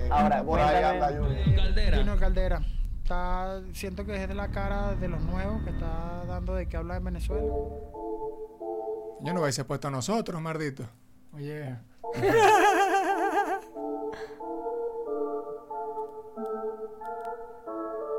Speaker 8: Ahora,
Speaker 7: por ahí
Speaker 8: cuéntame-
Speaker 7: anda Junior.
Speaker 9: Junior Caldera. Está, siento que es de la cara de los nuevos que está dando de qué hablar en Venezuela.
Speaker 1: Yo no hubiese puesto a nosotros, mardito. Oye.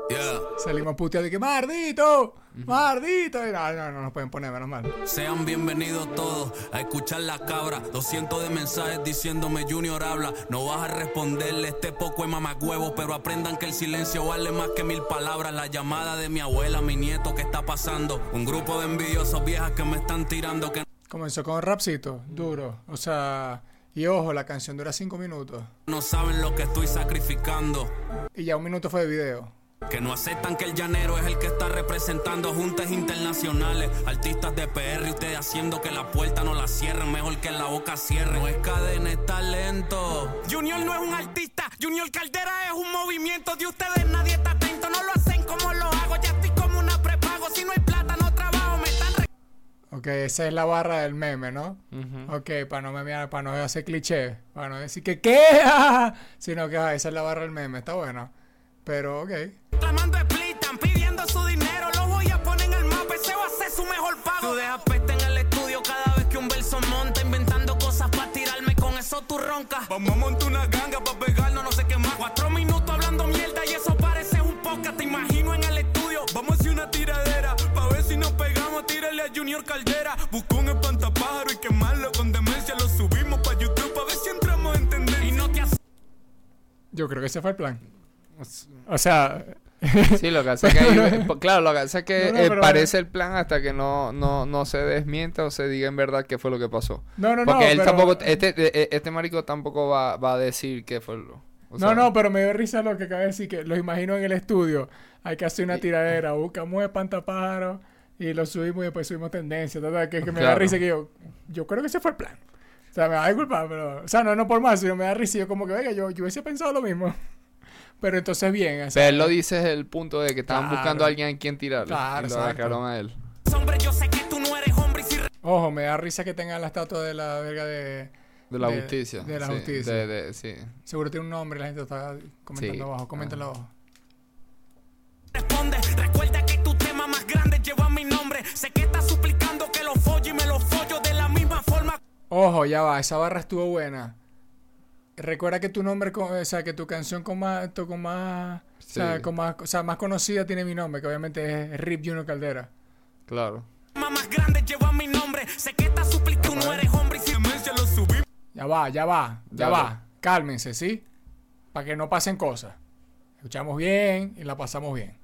Speaker 4: Yeah.
Speaker 1: Salimos puteados de que mardito, mardito. Y no, no, no nos pueden poner, menos mal.
Speaker 4: Sean bienvenidos todos a escuchar la cabra. 200 de mensajes diciéndome Junior habla. No vas a responderle este poco es mamagüevo, pero aprendan que el silencio vale más que mil palabras. La llamada de mi abuela, mi nieto, que está pasando? Un grupo de envidiosos viejas que me están tirando que
Speaker 1: Comenzó con un rapcito, duro. O sea, y ojo, la canción dura cinco minutos.
Speaker 4: no saben lo que estoy sacrificando.
Speaker 1: Y ya un minuto fue de video.
Speaker 4: Que no aceptan que el llanero es el que está representando juntas internacionales. Artistas de PR, ustedes haciendo que la puerta no la cierren, mejor que la boca cierre. No es cadena, es talento. Junior no es un artista, Junior Caldera es un movimiento. De ustedes nadie está atento, no lo hacen como lo hago. Ya estoy como una prepago, si no hay plata no trabajo, me están
Speaker 1: Ok, esa es la barra del meme, ¿no? Ok, para no memear, para no hacer cliché, para no decir que qué, *laughs* ah", sino que ah, esa es la barra del meme, está bueno. Pero ok.
Speaker 4: Reclamando explitan, pidiendo su dinero, lo voy a poner en el mapa, ese va a ser su mejor pago. Tú dejas peste en el estudio cada vez que un verso monta, inventando cosas para tirarme, con eso tú roncas. Vamos a montar una ganga para pegarnos, no sé qué más. Cuatro minutos hablando mierda y eso parece un podcast, te imagino en el estudio. Vamos a hacer una tiradera, para ver si nos pegamos, tírale a Junior Caldera. Buscó un espantapájaro y quemarlo con demencia, lo subimos para YouTube, para ver si entramos a entender. Y no te
Speaker 1: Yo creo que ese fue el plan. O sea,
Speaker 2: Sí, lo que hace
Speaker 1: *laughs*
Speaker 2: que ahí- po- claro, lo que hace es que
Speaker 1: No, no,
Speaker 2: eh,
Speaker 1: pero-
Speaker 2: parece el plan hasta que no, no, no se desmienta o se diga en verdad qué fue lo que pasó.
Speaker 1: No, no, no,
Speaker 2: Porque él
Speaker 1: pero-
Speaker 2: tampoco, este, eh, este marico tampoco va, va a decir qué fue lo. o
Speaker 1: no,
Speaker 2: sea,
Speaker 1: no, pero me dio risa lo que acaba de decir, que los imagino en el estudio. Hay que hacer una tiradera, buscamos un espantapájaro y lo subimos y después subimos tendencia. ta, ta, que, que me da
Speaker 2: Claro.
Speaker 1: risa que yo, yo creo que ese fue el plan. O sea, me da culpa, pero. O sea, no, no por más, sino me da risa. y Yo, como que, venga, yo, yo hubiese pensado lo mismo. *laughs* Pero entonces, bien. o sea,
Speaker 2: Pero él lo dice desde el punto de que estaban
Speaker 1: Claro.
Speaker 2: buscando a alguien a quien tirarle.
Speaker 1: Claro,
Speaker 2: y lo
Speaker 1: exacto.
Speaker 2: agarraron a él.
Speaker 4: hombre, yo sé que tú no eres hombre y si
Speaker 1: Ojo, me da risa que tengan la estatua de la verga de.
Speaker 2: De la
Speaker 1: De-
Speaker 2: justicia.
Speaker 1: de la
Speaker 2: sí,
Speaker 1: justicia.
Speaker 2: de- de- sí.
Speaker 1: Seguro tiene un nombre, la gente está comentando
Speaker 2: Sí. Ah.
Speaker 1: abajo. Coméntalo abajo.
Speaker 4: Responde, recuerda que tu tema más grande lleva mi nombre. Sé que estás suplicando que lo follo y me lo follo de la misma forma.
Speaker 1: Ojo, ya va, esa barra estuvo buena. Recuerda que tu nombre, con- o sea, que tu canción con más, to- con más, o sea,
Speaker 2: Sí.
Speaker 1: con más, o sea, más conocida tiene mi nombre, que obviamente es Rip Juno Caldera.
Speaker 2: Claro.
Speaker 4: Más grande lleva mi nombre. Sé que estás suplicando, no eres hombre y si demencia lo subí.
Speaker 1: Ya va, ya va, ya
Speaker 2: Dale.
Speaker 1: va. Cálmense, ¿sí? Para que no pasen cosas. Escuchamos bien y la pasamos bien.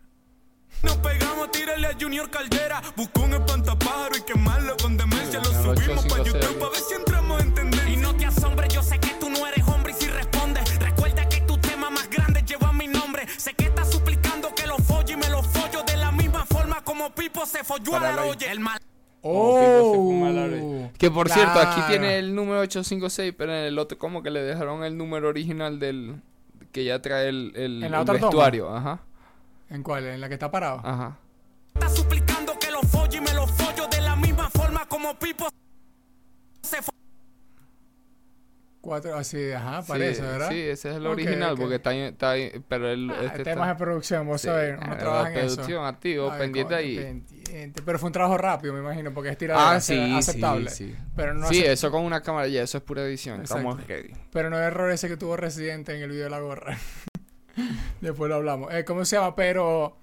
Speaker 10: Nos pegamos a tirarle a Junior Caldera. Buscó un espantapájaro y quemarlo con demencia. Lo
Speaker 2: Sí, arrochó
Speaker 10: subimos
Speaker 2: cinco
Speaker 10: para YouTube
Speaker 2: series.
Speaker 10: para ver si entramos en tendencia.
Speaker 4: Y no te asombres, yo sé que tú no eres hombre y si respondes, recuerda que tu tema más grande lleva mi nombre. Sé que estás suplicando que lo folle y me lo follo de la misma forma como Pipo se folló a
Speaker 2: Para
Speaker 4: la
Speaker 2: la-
Speaker 4: roya. El mal
Speaker 2: Como Pipo se fuma la
Speaker 1: Oh.
Speaker 2: oreja. que por cierto, aquí
Speaker 1: Claro.
Speaker 2: tiene el número 856, pero en el otro como que le dejaron el número original del que ya trae el, el,
Speaker 1: ¿En la
Speaker 2: el
Speaker 1: otra toma?
Speaker 2: vestuario, ajá,
Speaker 1: ¿En cuál? ¿En la que está parado?
Speaker 2: ajá.
Speaker 4: está suplicando que lo folle y me lo follo de la misma forma como Pipo se folló.
Speaker 1: Cuatro, así, ajá,
Speaker 2: Sí,
Speaker 1: parece, ¿verdad?
Speaker 2: Sí, ese es el
Speaker 1: Ok,
Speaker 2: original
Speaker 1: ok.
Speaker 2: porque está ahí, está ahí, pero el
Speaker 1: Ah,
Speaker 2: este
Speaker 1: temas de
Speaker 2: está-
Speaker 1: producción, vos
Speaker 2: sí,
Speaker 1: sabés, eh, no
Speaker 2: la
Speaker 1: trabajan en eso.
Speaker 2: producción, activo,
Speaker 1: Ay,
Speaker 2: pendiente
Speaker 1: coño,
Speaker 2: ahí.
Speaker 1: pendiente. Pero fue un trabajo rápido, me imagino, porque es tirado
Speaker 2: Ah, sí, sí,
Speaker 1: aceptable.
Speaker 2: sí.
Speaker 1: Pero no
Speaker 2: sí,
Speaker 1: hace-
Speaker 2: eso con una cámara ya, eso es pura edición. Estamos ready.
Speaker 1: Pero no el error ese que tuvo Residente en el video de la gorra. *laughs* Después lo hablamos. Eh, ¿Cómo se llama? Pero,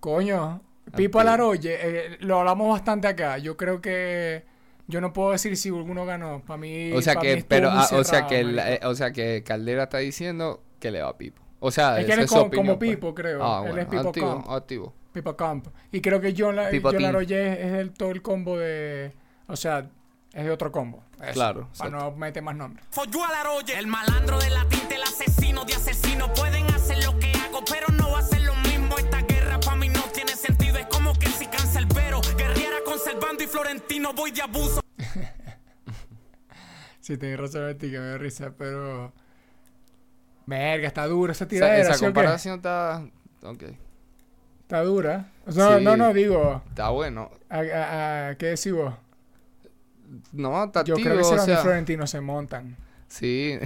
Speaker 1: coño, Pipo
Speaker 2: Antiguo.
Speaker 1: Alaroye, eh, lo hablamos bastante acá. Yo creo que yo no puedo decir si alguno ganó. Para mí,
Speaker 2: O sea
Speaker 1: pa' mí
Speaker 2: que,
Speaker 1: estuvo
Speaker 2: pero,
Speaker 1: muy
Speaker 2: ah, o sea
Speaker 1: cerrado,
Speaker 2: que, el-
Speaker 1: marico.
Speaker 2: eh, o sea que Caldera está diciendo que le va a Pipo. O sea,
Speaker 1: Es que
Speaker 2: esa
Speaker 1: él es
Speaker 2: su
Speaker 1: como-
Speaker 2: opinión,
Speaker 1: como
Speaker 2: pues.
Speaker 1: Pipo, creo.
Speaker 2: Ah,
Speaker 1: Él
Speaker 2: bueno,
Speaker 1: es Pipo
Speaker 2: activo,
Speaker 1: Camp.
Speaker 2: activo.
Speaker 1: Pipo Camp. Y creo que John, La-
Speaker 2: Pipo
Speaker 1: John
Speaker 2: Team.
Speaker 1: Laroye es, es el, todo el combo de. O sea, es de otro combo. Eso,
Speaker 2: Claro,
Speaker 1: Para no meter más nombres.
Speaker 4: Folló a la roya. El malandro de la tinta, el asesino de asesino. Pueden hacer lo que hago, pero no hacen lo mismo. Esta guerra para mí no tiene sentido. Es como que si Cancelbero guerriera conservando y Florentino voy de abuso.
Speaker 1: Sí, tenés razón, Betty, que me da risa, pero. Verga, está duro esa
Speaker 2: Esa-
Speaker 1: tiradera.
Speaker 2: esa
Speaker 1: ¿sí o qué?
Speaker 2: comparación está. Ok.
Speaker 1: Está dura. O sea, no,
Speaker 2: Sí.
Speaker 1: no, no, digo.
Speaker 2: Está bueno.
Speaker 1: A, a- a- ¿Qué decís vos?
Speaker 2: No, está
Speaker 1: Yo
Speaker 2: activo.
Speaker 1: creo que
Speaker 2: o
Speaker 1: Cerón y
Speaker 2: sea,
Speaker 1: Florentino se montan.
Speaker 2: sí.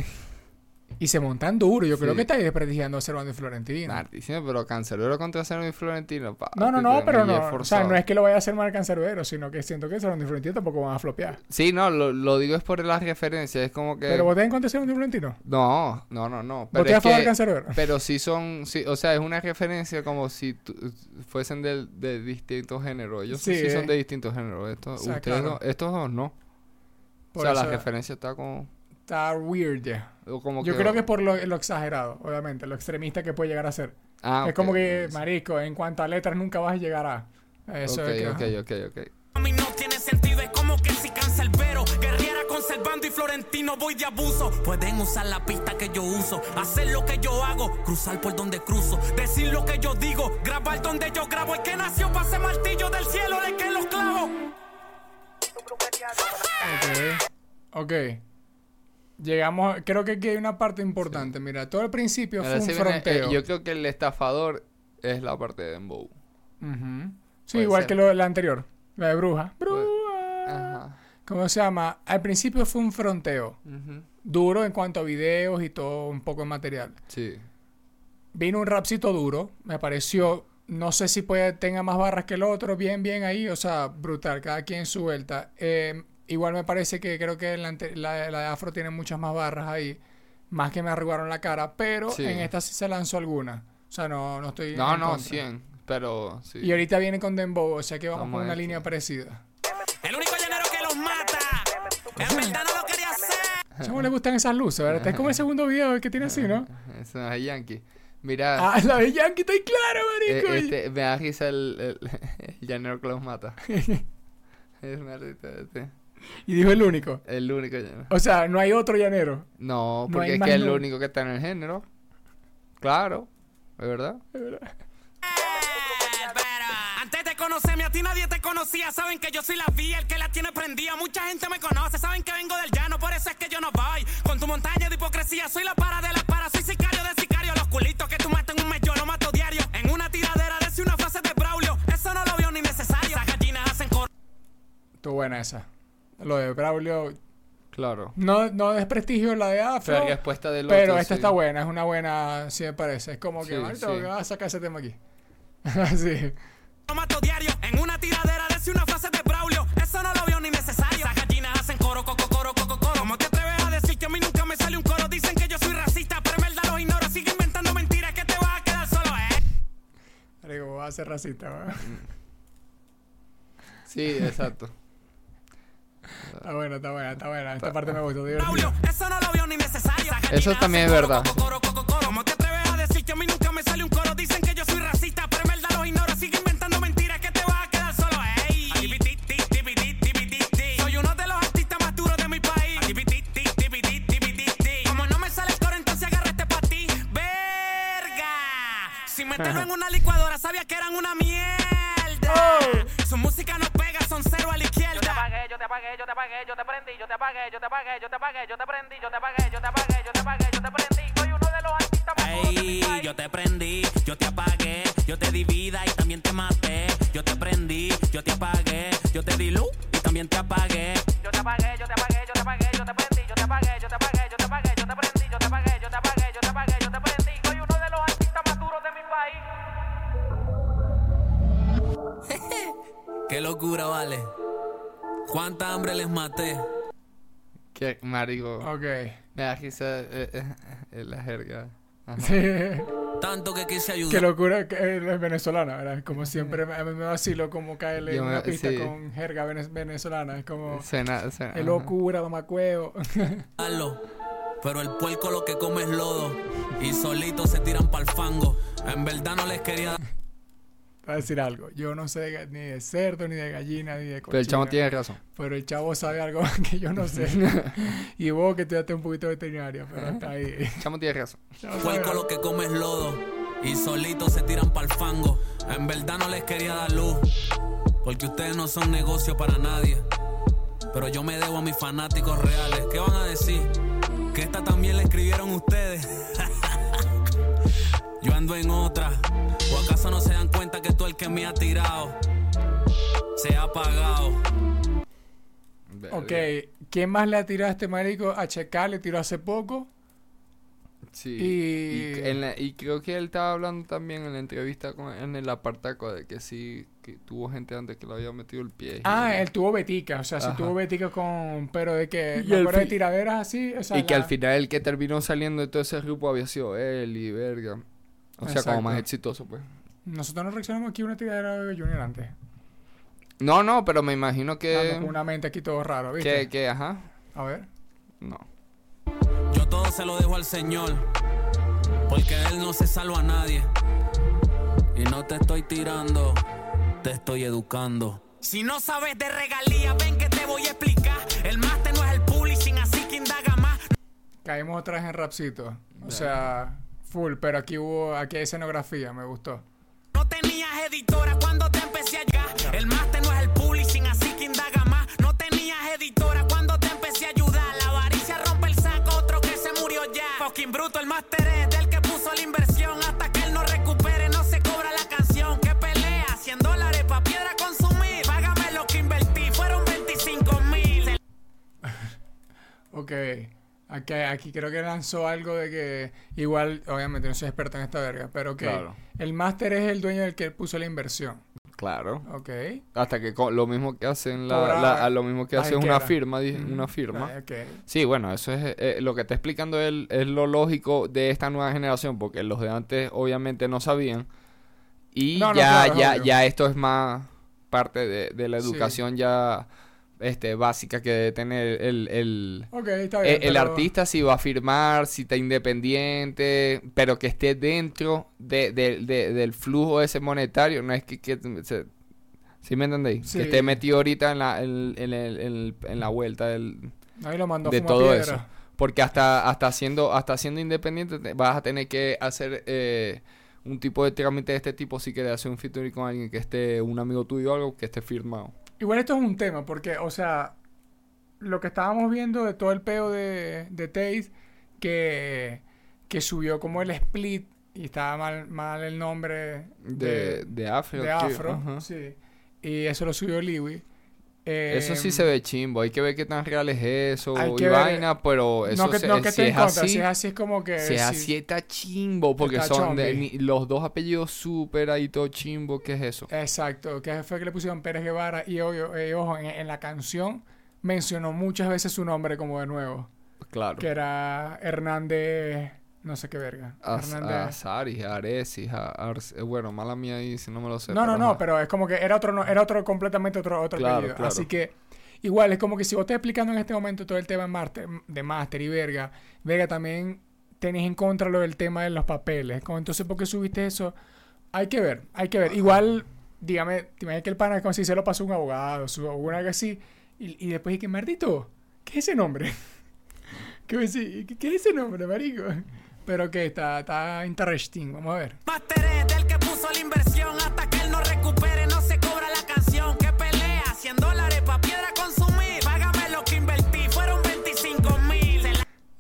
Speaker 1: Y se montan duro. Yo creo
Speaker 2: Sí.
Speaker 1: que estáis desprestigiando a Cerón y Florentino.
Speaker 2: Martísimo, pero Cancelero contra Cerón y Florentino. papi,
Speaker 1: No, no, no, pero no.
Speaker 2: ni es
Speaker 1: O sea,
Speaker 2: forzado.
Speaker 1: no es que lo vaya a hacer mal cancerbero, sino que siento que Cerón y Florentino tampoco van a flopear.
Speaker 2: Sí, no, lo, lo digo es por las referencias. Es como que.
Speaker 1: Pero voté en contra de Cerón y Florentino.
Speaker 2: No, no, no, no. Pero
Speaker 1: Voté a
Speaker 2: es
Speaker 1: favor de
Speaker 2: que,
Speaker 1: cancerbero.
Speaker 2: Pero sí son, sí, o sea, es una referencia como si tu- fuesen del- de, distintos géneros. Ellos sí,
Speaker 1: Sí,
Speaker 2: son
Speaker 1: eh.
Speaker 2: de distintos géneros. Estos,
Speaker 1: O sea,
Speaker 2: ustedes
Speaker 1: claro.
Speaker 2: no- estos dos no.
Speaker 1: Por
Speaker 2: o sea, la
Speaker 1: eso eh.
Speaker 2: referencia está como,
Speaker 1: Está weird. ya.
Speaker 2: o como
Speaker 1: Yo creo que es por lo, lo exagerado, obviamente, lo extremista que puede llegar a ser.
Speaker 2: Ah,
Speaker 1: es
Speaker 2: ok,
Speaker 1: como que,
Speaker 2: ok,
Speaker 1: marico, en cuanto a letras nunca vas a llegar a. Eso es que-
Speaker 2: ok, ok, ok, ok.
Speaker 4: A mí no tiene sentido, es como que si Cancelbero guerriera conservando y Florentino voy de abuso. Pueden usar la pista que yo uso, hacer lo que yo hago, cruzar por donde cruzo, decir lo que yo digo, grabar donde yo grabo. El que nació pase martillo del cielo, le que los clavos.
Speaker 1: Ok. Llegamos, creo que aquí hay una parte importante. Mira, todo el principio
Speaker 2: Ahora
Speaker 1: fue
Speaker 2: sí
Speaker 1: un
Speaker 2: viene, eh,
Speaker 1: fronteo.
Speaker 2: yo creo que el estafador es la parte de Dembow.
Speaker 1: Ujú. Sí,
Speaker 2: puede
Speaker 1: igual
Speaker 2: ser.
Speaker 1: que lo, la anterior, la de bruja.
Speaker 2: Puede-
Speaker 1: Bruja.
Speaker 2: Ajá.
Speaker 1: ¿Cómo se llama? Al principio fue un fronteo. Duro en cuanto a videos y todo, un poco de material.
Speaker 2: Sí.
Speaker 1: Vino un rapcito duro, me pareció. No sé si puede, tenga más barras que el otro, bien, bien ahí, o sea, brutal, cada quien su vuelta. Eh, igual me parece que creo que la, ante- la- la de Afro tiene muchas más barras ahí, más que me arrugaron la cara, pero
Speaker 2: Sí.
Speaker 1: en esta sí se lanzó alguna. O sea, no, no estoy.
Speaker 2: No,
Speaker 1: en
Speaker 2: no,
Speaker 1: contra.
Speaker 2: 100. Pero sí.
Speaker 1: Y ahorita viene con Dembow, o sea que vamos
Speaker 2: Vamos
Speaker 1: con
Speaker 2: a
Speaker 1: una
Speaker 2: ver,
Speaker 1: línea
Speaker 2: sí. *laughs*
Speaker 1: parecida.
Speaker 4: El único llanero que los mata. En verdad no lo quería hacer.
Speaker 1: ¿Cómo le gustan esas luces, verdad? Este Es como el segundo video que tiene así,
Speaker 2: *laughs*
Speaker 1: ¿no?
Speaker 2: Eso es Yankee. Mira,
Speaker 1: Ah, la de Yankee está ahí claro,
Speaker 2: eh,
Speaker 1: marico.
Speaker 2: este, me da risa el, el, *laughs* el llanero que
Speaker 1: *laughs*
Speaker 2: los mata. es una risa, este.
Speaker 1: Y dijo el único.
Speaker 2: El único llanero.
Speaker 1: O sea, no hay otro llanero.
Speaker 2: No,
Speaker 1: No hay
Speaker 2: porque es
Speaker 1: más
Speaker 2: que es el
Speaker 1: nada.
Speaker 2: único que está en el género. Claro, es verdad.
Speaker 4: Pero Antes de conocerme, a ti nadie te conocía. Saben que yo soy la vía, el que la tiene prendida. Mucha gente me conoce, saben que vengo del llano, por eso es que yo no voy. Con tu montaña de hipocresía, soy la para de la para, soy sicario de sicario. Los culitos que tú matas en un mes, yo lo mato diario. En una tiradera, decía una frase de Braulio, eso no lo veo ni necesario. Las gallinas hacen coro.
Speaker 1: Estuvo buena esa. Lo de Braulio.
Speaker 2: Claro.
Speaker 1: No, no desprestigio la de Afro.
Speaker 2: Pero la respuesta del
Speaker 1: pero
Speaker 2: otro,
Speaker 1: esta
Speaker 2: sí.
Speaker 1: está buena, es una buena, sí me parece. Es como que,
Speaker 2: Sí,
Speaker 1: ahorita
Speaker 2: sí.
Speaker 1: vas a sacar ese tema aquí. *laughs* Así.
Speaker 4: Lo mato diario en una tiradera decía una frase de Braulio eso no lo veo ni necesario las gallinas hacen coro coco coro coco coro ¿Cómo te atreves a decir que a mí nunca me sale un coro dicen que yo soy racista pero en verdad los ignoro sigue inventando mentiras que te vas a quedar solo eh
Speaker 1: Digo, va a ser racista, ¿verdad?
Speaker 2: Mm, Sí,
Speaker 1: *laughs*
Speaker 2: exacto.
Speaker 1: Está buena, está buena, está buena. Esta parte me gustó, divertido.
Speaker 4: Braulio eso no lo veo ni necesario Las
Speaker 2: Eso
Speaker 4: gallinas
Speaker 2: también
Speaker 4: hacen
Speaker 2: es
Speaker 4: coro,
Speaker 2: verdad.
Speaker 4: coco, coro, coco, coro. ¿Cómo te atreves a decir que a mí nunca me sale un coro dicen que yo soy racista pero en verdad los ignoro sigue inventando este
Speaker 11: apagué, yo te apagué, yo te prendí, yo te apagué, yo te apagué, yo te apagué, yo te prendí, yo te apagué, yo te apagué, yo te apagué, yo te prendí. Soy uno de los artistas más duros de mi
Speaker 12: Ey,
Speaker 11: país.
Speaker 12: yo te prendí, yo te apagué, yo te di vida y también te maté. Yo te prendí, yo te apagué, yo te di luz y también te apagué.
Speaker 11: Yo te apagué, yo te apagué, yo te apagué, yo te prendí, yo te apagué, yo te apagué, yo te apagué, yo te prendí, yo te apagué, yo te apagué, yo te apagué, yo te prendí. Soy uno de los artistas más duros de mi país.
Speaker 12: Qué locura, vale. Cuánta hambre les maté.
Speaker 2: Qué marico.
Speaker 1: Ok. *laughs*
Speaker 2: Me da risa eh, eh, eh, la jerga. Ajá.
Speaker 12: Tanto que quise ayudar.
Speaker 1: Qué locura que es venezolana, ¿verdad? Como siempre, a mí me vacilo como cae en
Speaker 2: Yo me-
Speaker 1: una pista
Speaker 2: sí.
Speaker 1: con jerga vene- venezolana. Es como.
Speaker 2: Suena- suena-
Speaker 1: Oh. Qué
Speaker 2: ajá.
Speaker 1: locura, mamacuevo.
Speaker 12: Hazlo, Pero el puerco lo que come es lodo y solitos se tiran pa'l fango. En verdad no les quería dar.
Speaker 1: Para decir algo. Yo no sé de ga- ni de cerdo, ni de gallina, ni de cochino.
Speaker 2: Pero el chamo tiene razón.
Speaker 1: Pero el chavo sabe algo *laughs* que yo no
Speaker 2: *laughs*
Speaker 1: sé. y vos que estudiaste un poquito de veterinaria, pero hasta
Speaker 2: *laughs*
Speaker 1: ahí. *laughs*
Speaker 2: Chamo tiene razón.
Speaker 12: Puerco lo que come es lodo y solitos se tiran pa'l fango. En verdad no les quería dar luz porque ustedes no son negocio para nadie. Pero yo me debo a mis fanáticos reales. ¿Qué van a decir? Que esta también la escribieron ustedes. *laughs* yo ando en otra. ¿O acaso no se dan cuenta que todo el que me ha tirado se ha apagado?
Speaker 1: Ok, ¿quién más le tiró a este marico? A Checar le tiró hace poco.
Speaker 2: Sí.
Speaker 1: Y-
Speaker 2: c- en la- y creo que él estaba hablando también en la entrevista con- en el apartaco de que sí, que tuvo gente antes que le había metido el pie.
Speaker 1: Ah,
Speaker 2: y,
Speaker 1: él tuvo Betica, o sea, sí
Speaker 2: Ajá.
Speaker 1: tuvo Betica con. Pero de que.
Speaker 2: Y
Speaker 1: me
Speaker 2: al
Speaker 1: acuerdo de
Speaker 2: fin-
Speaker 1: tiraderas así. O sea,
Speaker 2: y que
Speaker 1: la-
Speaker 2: al final el que terminó saliendo de todo ese grupo había sido él y verga. O sea,
Speaker 1: Exacto.
Speaker 2: como más exitoso, pues.
Speaker 1: Nosotros no reaccionamos aquí a una tiradera de Junior antes.
Speaker 2: No, no, pero me imagino
Speaker 1: Dando
Speaker 2: que.
Speaker 1: con una mente aquí todo raro, ¿viste?
Speaker 2: Que, que, ajá.
Speaker 1: A ver.
Speaker 2: No.
Speaker 12: Yo todo se lo dejo al Señor, porque de Él no se salva a nadie. Y no te estoy tirando, te estoy educando. Si no sabes de regalías, ven que te voy a explicar. El máster no es el publishing, así que indaga más.
Speaker 1: Caímos otra vez en rapcito. O sea, full, pero aquí hubo. Aquí hay escenografía, me gustó.
Speaker 12: No tenías editora cuando te empecé a llegar. El máster no es el publishing, así que indaga más. No tenías editora cuando te empecé a ayudar. La avaricia rompe el saco, otro que se murió ya. Fucking bruto, el máster es del que puso la inversión. Hasta que él no recupere, no se cobra la canción. Que pelea, 100 dólares pa' piedra consumir. Págame lo que invertí, fueron 25 mil.
Speaker 1: Ok. Aquí, aquí creo que lanzó algo de que. Igual, obviamente, no soy experto en esta verga, pero que.
Speaker 2: Claro.
Speaker 1: El máster es el dueño del que él puso la inversión.
Speaker 2: Claro.
Speaker 1: Ok.
Speaker 2: Hasta que co- lo mismo que hacen la,
Speaker 1: Cobra
Speaker 2: la- a lo mismo que
Speaker 1: la
Speaker 2: hace una
Speaker 1: disquera.
Speaker 2: firma, di-
Speaker 1: Mm,
Speaker 2: una firma.
Speaker 1: ah, ok.
Speaker 2: Sí, bueno, eso es eh, lo que está explicando él es lo lógico de esta nueva generación porque los de antes obviamente no sabían y
Speaker 1: No, no,
Speaker 2: ya
Speaker 1: claro, es
Speaker 2: ya
Speaker 1: obvio.
Speaker 2: ya esto es más parte de, de la
Speaker 1: Sí.
Speaker 2: educación ya este básica que debe tener el, el
Speaker 1: Ok, está bien.
Speaker 2: eh, el
Speaker 1: pero-
Speaker 2: artista si va a firmar, si está independiente, pero que esté dentro de, de- de- del flujo ese monetario, no es que... que se- ¿Sí me entendéis?
Speaker 1: Sí.
Speaker 2: Que esté metido ahorita en la, en, en el- en el- en la vuelta del,
Speaker 1: Ahí lo mandó a
Speaker 2: de
Speaker 1: fumar
Speaker 2: todo
Speaker 1: piedra.
Speaker 2: eso. Porque hasta, hasta, siendo, hasta siendo independiente te- vas a tener que hacer eh, un tipo de trámite de este tipo si quieres hacer un featuring con alguien que esté, un amigo tuyo o algo, que esté firmado.
Speaker 1: Igual esto es un tema, porque, o sea, lo que estábamos viendo de todo el peo de, de Tate, que, que subió como el split, y estaba mal, mal el nombre
Speaker 2: De, de, afro.
Speaker 1: de
Speaker 2: tío.
Speaker 1: Afro,
Speaker 2: Ajá.
Speaker 1: sí. Y eso lo subió Liwi. Eh,
Speaker 2: Eso sí se ve chimbo, hay que ver qué tan real es eso
Speaker 1: hay
Speaker 2: y
Speaker 1: que ver-
Speaker 2: vaina, pero eso
Speaker 1: No que,
Speaker 2: se-
Speaker 1: no que
Speaker 2: si,
Speaker 1: esté
Speaker 2: es
Speaker 1: en contra,
Speaker 2: así,
Speaker 1: si es así es como que...
Speaker 2: si es
Speaker 1: sí.
Speaker 2: así está chimbo, porque
Speaker 1: Está
Speaker 2: son de-
Speaker 1: chombi.
Speaker 2: ni- los dos apellidos súper ahí todo chimbo, ¿qué es eso?
Speaker 1: Exacto, que fue que le pusieron Pérez Guevara y obvio, eh, ojo, en, en la canción mencionó muchas veces su nombre como de nuevo,
Speaker 2: Claro.
Speaker 1: que era Hernández, no sé qué verga.
Speaker 2: As-
Speaker 1: Hernández.
Speaker 2: Azaris, Aresis, a- Ars- eh, bueno, mala mía ahí si no me lo sé.
Speaker 1: No, no,
Speaker 2: pero
Speaker 1: no,
Speaker 2: ajá.
Speaker 1: pero es como que era otro, no- era otro completamente otro, otro
Speaker 2: Claro,
Speaker 1: apellido.
Speaker 2: claro.
Speaker 1: Así que igual es como que si vos estás explicando en este momento todo el tema de Master, de master y verga, verga también tenés en contra lo del tema de los papeles. Como, entonces, ¿por qué subiste eso? Hay que ver, hay que ver. Igual, dígame, te imaginas que el pana como si se lo pasó a un abogado, su- o una algo así, y, y después dije, maldito, ¿qué es ese nombre? *laughs* ¿Qué, voy a decir? ¿Qué- qué es ese nombre, marico? Pero que está, está interesting, vamos a ver.
Speaker 12: Máster es del que puso la inversión. Hasta que él no recupere, no se cobra la canción. Que pelea, 100 dólares pa' piedra consumir. Págame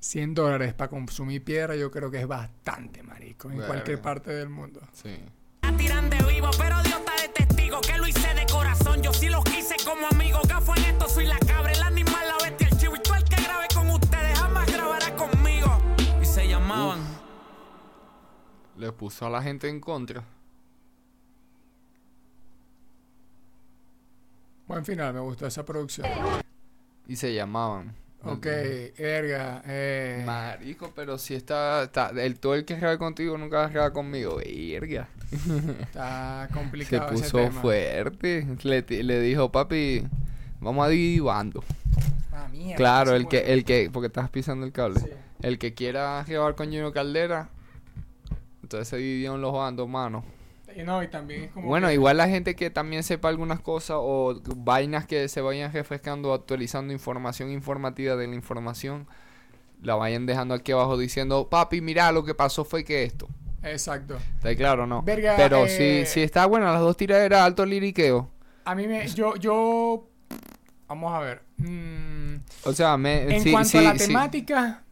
Speaker 1: 100 dólares para consumir piedra yo creo que es bastante, marico, en
Speaker 2: Verga.
Speaker 1: cualquier parte del mundo.
Speaker 2: Sí.
Speaker 12: La tiran de vivo, pero Dios está de testigo que lo hice de corazón. Yo sí los quise como amigo. Gafo en esto, soy la cabra, el animal, la bestia, el chivo. Y tú el que grabe con ustedes jamás grabará conmigo. Y se llamaban.
Speaker 2: Le puso a la gente en contra.
Speaker 1: Buen final, me gustó esa producción.
Speaker 2: Mm. Y se llamaban.
Speaker 1: Ok, verga. Eh,
Speaker 2: Marico, pero si está, está el todo el que graba contigo nunca graba conmigo, verga.
Speaker 1: está
Speaker 2: Se
Speaker 1: complicado ese
Speaker 2: puso
Speaker 1: tema.
Speaker 2: fuerte. Le, ti- le dijo, papi, vamos a divando.
Speaker 1: Ah, mierda,
Speaker 2: claro,
Speaker 1: se
Speaker 2: el que,
Speaker 1: muere.
Speaker 2: el que, porque estás pisando el cable. El que quiera grabar con Junior Caldera, entonces se dividió en los bandos, mano.
Speaker 1: Y no, y también es como
Speaker 2: Bueno,
Speaker 1: que-
Speaker 2: igual la gente que también sepa algunas cosas o vainas que se vayan refrescando, actualizando información informativa de la información, la vayan dejando aquí abajo diciendo, papi, mira, lo que pasó fue que esto.
Speaker 1: Exacto.
Speaker 2: ¿Está claro o no?
Speaker 1: Verga,
Speaker 2: Pero
Speaker 1: eh,
Speaker 2: si, si está bueno, las dos tiraderas, alto liriqueo.
Speaker 1: A mí me... Yo... yo vamos a ver. mm,
Speaker 2: O sea, me,
Speaker 1: en
Speaker 2: Eh, sí,
Speaker 1: cuanto
Speaker 2: sí,
Speaker 1: a la
Speaker 2: sí.
Speaker 1: temática...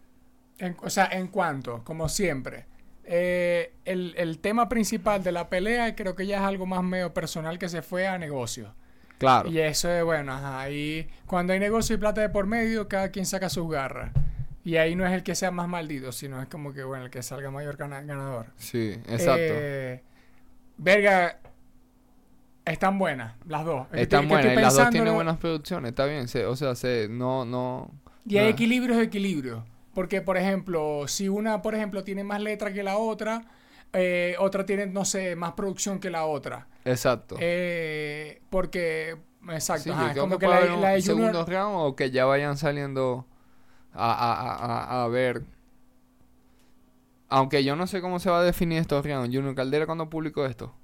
Speaker 1: en- o sea, en cuanto, como siempre. eh, el, el tema principal de la pelea creo que ya es algo más medio personal que se fue a negocio.
Speaker 2: Claro.
Speaker 1: Y eso es bueno, ajá, ahí cuando hay negocio y plata de por medio, cada quien saca sus garras. Y ahí no es el que sea más maldito, sino es como que, bueno, el que salga mayor gana- ganador.
Speaker 2: Sí, exacto.
Speaker 1: Eh, verga, están buenas las dos. Estoy-
Speaker 2: Están
Speaker 1: que
Speaker 2: buenas, y
Speaker 1: estoy
Speaker 2: las dos
Speaker 1: pensándolo,
Speaker 2: tienen buenas producciones, está bien, se- o sea, se, no, no...
Speaker 1: Y hay
Speaker 2: no.
Speaker 1: equilibrios de equilibrio. Porque, por ejemplo, si una, por ejemplo, tiene más letra que la otra, eh, otra tiene, no sé, más producción que la otra.
Speaker 2: Exacto.
Speaker 1: Eh, porque, exacto,
Speaker 2: Sí, yo
Speaker 1: ajá, es
Speaker 2: creo
Speaker 1: como que
Speaker 2: puede
Speaker 1: la,
Speaker 2: haber un
Speaker 1: la de Junior...
Speaker 2: segundo round o que ya vayan saliendo a, a- a- a- a ver. Aunque yo no sé cómo se va a definir estos rounds. Junior Caldera, ¿cuándo publicó esto?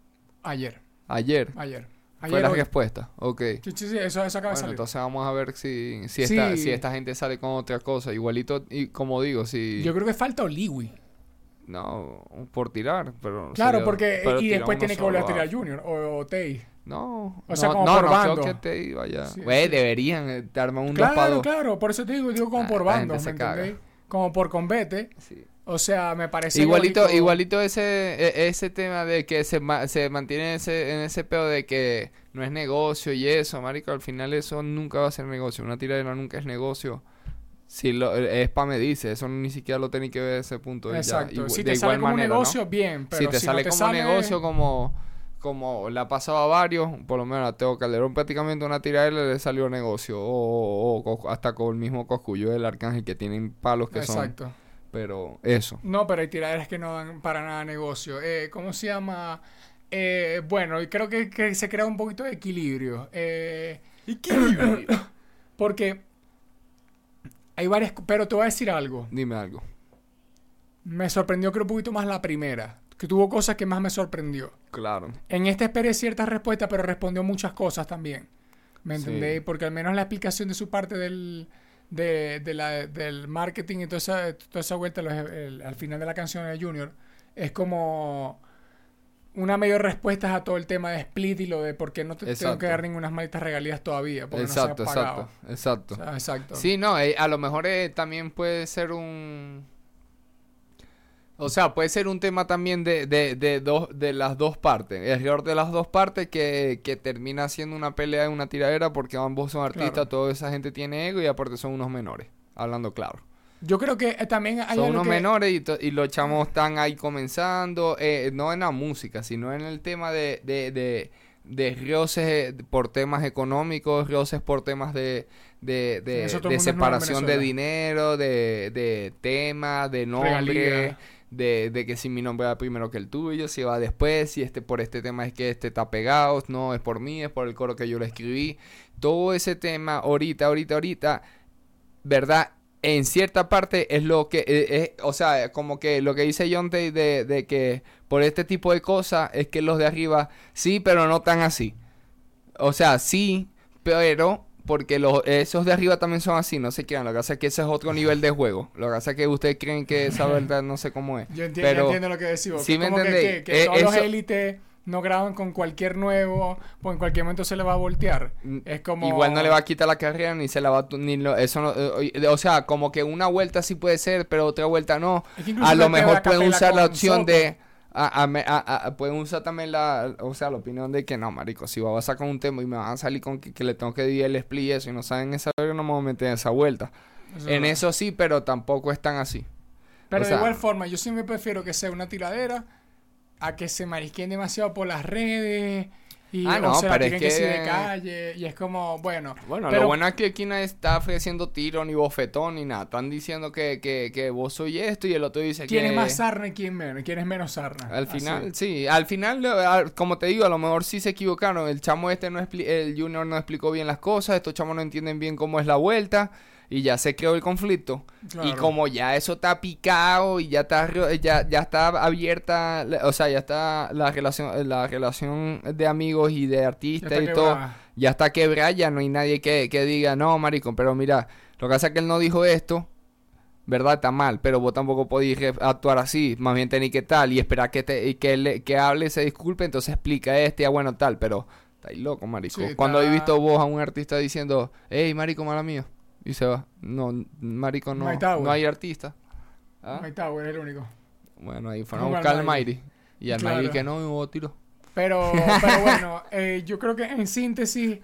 Speaker 1: Ayer,
Speaker 2: Ayer.
Speaker 1: ayer.
Speaker 2: Fue
Speaker 1: Ayer
Speaker 2: la
Speaker 1: hoy.
Speaker 2: respuesta. Ok.
Speaker 1: Sí, sí, sí, eso, eso acaba
Speaker 2: Bueno,
Speaker 1: de salir.
Speaker 2: entonces vamos a ver si, si, esta,
Speaker 1: Sí.
Speaker 2: si esta gente sale con otra cosa. Igualito, y como digo, si.
Speaker 1: Yo creo que falta Oliwi.
Speaker 2: No, por tirar, pero.
Speaker 1: Claro,
Speaker 2: sería-
Speaker 1: porque...
Speaker 2: pero
Speaker 1: y
Speaker 2: tira
Speaker 1: después
Speaker 2: uno
Speaker 1: tiene que volver a
Speaker 2: solo,
Speaker 1: tirar
Speaker 2: ah.
Speaker 1: Junior o, o Tei.
Speaker 2: No.
Speaker 1: O sea,
Speaker 2: no,
Speaker 1: como
Speaker 2: no,
Speaker 1: por
Speaker 2: no creo
Speaker 1: bando.
Speaker 2: que te iba ya.
Speaker 1: Sí,
Speaker 2: Güey,
Speaker 1: sí.
Speaker 2: deberían eh, te arman un dos pa'
Speaker 1: Claro,
Speaker 2: dos.
Speaker 1: claro, por eso te digo, digo como
Speaker 2: Ah,
Speaker 1: por
Speaker 2: esta gente
Speaker 1: bandos,
Speaker 2: se
Speaker 1: ¿me
Speaker 2: caga.
Speaker 1: entendéis? Como por combate. O sea, me parece
Speaker 2: Igualito,
Speaker 1: lógico.
Speaker 2: igualito ese, e- ese tema de que se, ma- se mantiene ese, en ese pedo de que no es negocio y eso, marico, al final eso nunca va a ser negocio, una tiradera nunca es negocio. Si lo, es pa' me dice, eso ni siquiera lo tiene que ver ese punto. y ya.
Speaker 1: Exacto,
Speaker 2: Igu-
Speaker 1: si
Speaker 2: de
Speaker 1: te sale
Speaker 2: igual
Speaker 1: como
Speaker 2: manera, ¿no?
Speaker 1: negocio, bien, pero
Speaker 2: si te
Speaker 1: si no
Speaker 2: sale
Speaker 1: te
Speaker 2: como
Speaker 1: sale-
Speaker 2: negocio, como, como la pasaba a varios, por lo menos a Teo Calderón prácticamente una tiradera le salió negocio, o, o- o co- hasta con el mismo coscullo del arcángel que tienen palos que
Speaker 1: Exacto.
Speaker 2: son. Pero eso.
Speaker 1: No, pero hay tiraderas que no dan para nada negocio. Eh, ¿Cómo se llama? Eh, bueno, y creo que, que se crea un poquito de equilibrio. equilibrio. *coughs* Porque hay varias... co- Pero te voy a decir algo.
Speaker 2: Dime algo.
Speaker 1: Me sorprendió creo un poquito más la primera. Que tuvo cosas que más me sorprendió.
Speaker 2: Claro.
Speaker 1: En esta esperé ciertas respuestas, pero respondió muchas cosas también. ¿Me
Speaker 2: Sí.
Speaker 1: entendéis? Porque al menos la explicación de su parte del, de, de la- del marketing y toda esa, toda esa vuelta los- el- al final de la canción de Junior es como una mayor respuesta a todo el tema de Split y lo de por qué no te tengo
Speaker 2: Exacto.
Speaker 1: que dar ninguna malditas regalías todavía. Porque
Speaker 2: Exacto,
Speaker 1: no se ha pagado.
Speaker 2: exacto, exacto.
Speaker 1: O sea, exacto.
Speaker 2: Sí, no, eh, a lo mejor eh, también puede ser un... O sea, puede ser un tema también de, de, de, dos, de las dos partes. El error de las dos partes que, que termina siendo una pelea y una tiradera porque ambos son artistas,
Speaker 1: Claro.
Speaker 2: toda esa gente tiene ego y aparte son unos menores, hablando claro.
Speaker 1: Yo creo que eh, también hay algo
Speaker 2: Son unos
Speaker 1: que-
Speaker 2: menores y, to- y los chamos están ahí comenzando, eh, no en la música, sino en el tema de, de, de, de roces eh, por temas económicos, roces por temas de, de, de-
Speaker 1: Eso todo el mundo es nuevo
Speaker 2: de
Speaker 1: en
Speaker 2: separación de
Speaker 1: Venezuela.
Speaker 2: dinero, de, de tema, de nombre,
Speaker 1: Regalías.
Speaker 2: de, de que si mi nombre va primero que el tuyo, si va después, si este por este tema es que este está pegado, no es por mí, es por el coro que yo le escribí. Todo ese tema, ahorita, ahorita, ahorita, ¿verdad? En cierta parte es lo que, eh, es- o sea, como que lo que dice John Day de, de que por este tipo de cosas es que los de arriba sí, pero no tan así. O sea, sí, pero porque los, esos de arriba también son así, no se crean. Lo que pasa es que ese es otro nivel de juego. Lo que pasa es que ustedes
Speaker 1: *laughs*
Speaker 2: creen que esa verdad no sé cómo es.
Speaker 1: Yo enti- yo
Speaker 2: pero
Speaker 1: entiendo lo que decís vos,
Speaker 2: ¿sí
Speaker 1: que
Speaker 2: me
Speaker 1: como que-
Speaker 2: entendéis?
Speaker 1: que- que
Speaker 2: Eh,
Speaker 1: todos los
Speaker 2: eso-
Speaker 1: élites no graban con cualquier nuevo, pues en cualquier momento se le va a voltear. Es como...
Speaker 2: Mm, Igual no le va a quitar la carrera ni se la va a... tu- Ni lo- eso no- eh, o sea, como que una vuelta sí puede ser, pero otra vuelta no.
Speaker 1: Es que incluso
Speaker 2: A lo
Speaker 1: puede quedar
Speaker 2: mejor
Speaker 1: a
Speaker 2: pueden
Speaker 1: capela
Speaker 2: usar la
Speaker 1: con
Speaker 2: opción
Speaker 1: Soco.
Speaker 2: de... a- a me- a- a- a- pueden usar también la... O sea, la opinión de que no, marico, si vas a sacar un tema y me van a salir con que, que le tengo que dividir el split y eso y no saben esa verga, no me voy a meter en esa vuelta.
Speaker 1: Eso es
Speaker 2: en
Speaker 1: verdad.
Speaker 2: eso sí, pero tampoco es tan así.
Speaker 1: Pero
Speaker 2: O sea,
Speaker 1: de igual forma, yo sí me prefiero que sea una tiradera a que se marisquen demasiado por las redes y
Speaker 2: Ah,
Speaker 1: o
Speaker 2: no,
Speaker 1: se la
Speaker 2: pero es
Speaker 1: tiren que sí de
Speaker 2: que-
Speaker 1: calle y es como, bueno,
Speaker 2: Bueno,
Speaker 1: pero-
Speaker 2: lo bueno es que aquí nadie está ofreciendo tiro, ni bofetón, ni nada. Están diciendo que, que, que vos soy esto y el otro dice
Speaker 1: ¿quién
Speaker 2: que...
Speaker 1: es más sarna y quién menos? ¿Quién es menos sarna?
Speaker 2: Al
Speaker 1: Así.
Speaker 2: final, sí, al final, eh, al- como te digo, a lo mejor sí se equivocaron. El chamo este no expli- el Junior no explicó bien las cosas, estos chamos no entienden bien cómo es la vuelta y ya se creó el conflicto. Y
Speaker 1: Claro.
Speaker 2: como ya eso está picado y ya está re- ya, ya está abierta, la- o sea, ya está la relación la relación de amigos y de artistas
Speaker 1: Ya
Speaker 2: y
Speaker 1: está
Speaker 2: todo,
Speaker 1: quebrada.
Speaker 2: ya está quebrada, ya no hay nadie que, que diga, "No, marico, pero mira, lo que pasa es que él no dijo esto." ¿verdad? Está mal, pero vos tampoco podéis re- actuar así, más bien tenéis que tal y esperar que te, y que, le- que hable, se disculpe, entonces explica este, ah, bueno, tal, pero estáis loco, marico.
Speaker 1: Sí,
Speaker 2: Cuando
Speaker 1: está-
Speaker 2: he visto vos a un artista diciendo, hey, marico, mala mía, y se va, no, n- marico, no,
Speaker 1: Mike Tower.
Speaker 2: no hay artista. ¿Ah?
Speaker 1: Ahí está, güey, es el único.
Speaker 2: Bueno, ahí fueron a
Speaker 1: Como
Speaker 2: buscar al
Speaker 1: Almighty.
Speaker 2: Mayri, y al
Speaker 1: Claro.
Speaker 2: Mayri que no, y hubo tiro. *laughs*
Speaker 1: Pero, pero bueno, eh, yo creo que en síntesis,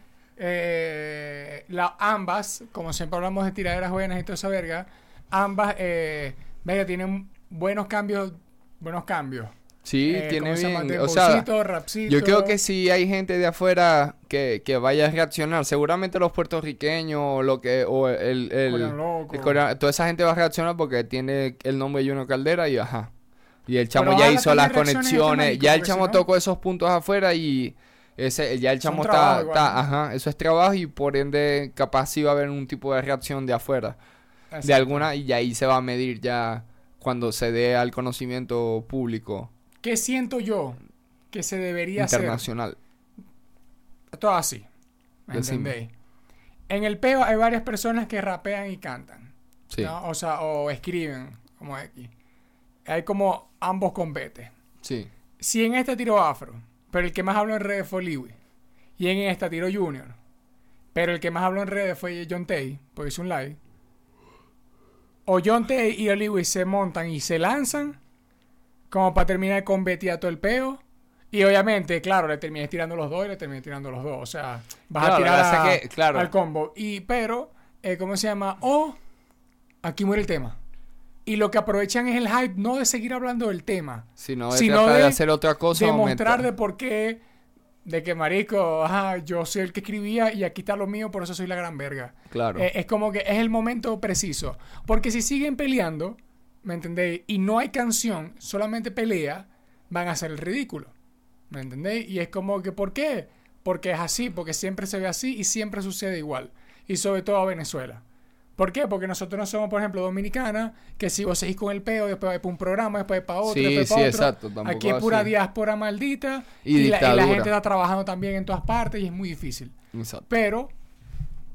Speaker 1: eh, la- ambas, como siempre hablamos de tiraderas buenas y toda esa verga, ambas, eh, verga, tienen buenos cambios, buenos cambios.
Speaker 2: Sí,
Speaker 1: Eh,
Speaker 2: tiene
Speaker 1: ¿cómo se llama?
Speaker 2: bien,
Speaker 1: De
Speaker 2: o sea,
Speaker 1: bolsito, rapcito.
Speaker 2: yo creo que si hay gente de afuera que, que vaya a reaccionar, seguramente los puertorriqueños o lo que o el, el-
Speaker 1: Coreano loco.
Speaker 2: el coreano- toda esa gente va a reaccionar porque tiene el nombre de Juno Caldera y ajá. Y el chamo
Speaker 1: Pero
Speaker 2: ya
Speaker 1: ojalá
Speaker 2: hizo las
Speaker 1: también reaccionen este
Speaker 2: conexiones,
Speaker 1: marico,
Speaker 2: ya el
Speaker 1: porque si
Speaker 2: chamo
Speaker 1: no-
Speaker 2: tocó esos puntos afuera y ese ya el chamo está,
Speaker 1: trabajo igual,
Speaker 2: está-
Speaker 1: ¿no?
Speaker 2: ajá, eso es trabajo y por ende capaz sí va a haber un tipo de reacción de afuera de
Speaker 1: Exacto.
Speaker 2: alguna y ahí se va a medir ya cuando se dé al conocimiento público
Speaker 1: ¿Qué siento yo que se debería hacer?
Speaker 2: internacional.
Speaker 1: Todo así. ¿Me
Speaker 2: Decime.
Speaker 1: entendéis? En el peo hay varias personas que rapean y cantan.
Speaker 2: Sí.
Speaker 1: ¿no? O sea, o escriben, como aquí. Hay como ambos competes.
Speaker 2: Sí.
Speaker 1: Si en esta tiró Afro, pero el que más habló en redes fue Liwi. Y en esta tiró Junior. Pero el que más habló en redes fue John Tay, porque hizo un live. O John Tay y Oliwi se montan y se lanzan como para terminar con Betty a todo el peo. Y obviamente, claro, le terminé tirando los dos y le terminé tirando los dos. O sea, vas
Speaker 2: Claro,
Speaker 1: a tirar
Speaker 2: la verdad
Speaker 1: a-
Speaker 2: es que, claro.
Speaker 1: al combo. Y pero, eh, ¿cómo se llama? O aquí muere el tema. Y lo que aprovechan es el hype no de seguir hablando del tema,
Speaker 2: Si no,
Speaker 1: Si
Speaker 2: si
Speaker 1: no
Speaker 2: de,
Speaker 1: de
Speaker 2: hacer otra cosa.
Speaker 1: demostrar
Speaker 2: aumenta.
Speaker 1: de por qué, de que marico, ajá, yo soy el que escribía y aquí está lo mío, por eso soy la gran verga.
Speaker 2: Claro.
Speaker 1: Eh, es como que es el momento preciso. Porque si siguen peleando, ¿me entendéis? Y no hay canción, solamente pelea, van a hacer el ridículo. ¿Me entendéis? Y es como que, ¿por qué? Porque es así, porque siempre se ve así y siempre sucede igual. Y sobre todo a Venezuela. ¿Por qué? Porque nosotros no somos, por ejemplo, dominicana, que si vos seguís con el peo, después va para un programa, después para otro,
Speaker 2: Sí,
Speaker 1: después
Speaker 2: sí,
Speaker 1: para otro.
Speaker 2: exacto, tampoco
Speaker 1: Aquí es pura
Speaker 2: así.
Speaker 1: diáspora maldita
Speaker 2: Y
Speaker 1: y, la, y la
Speaker 2: dictadura.
Speaker 1: gente está trabajando también en todas partes y es muy difícil.
Speaker 2: Exacto.
Speaker 1: Pero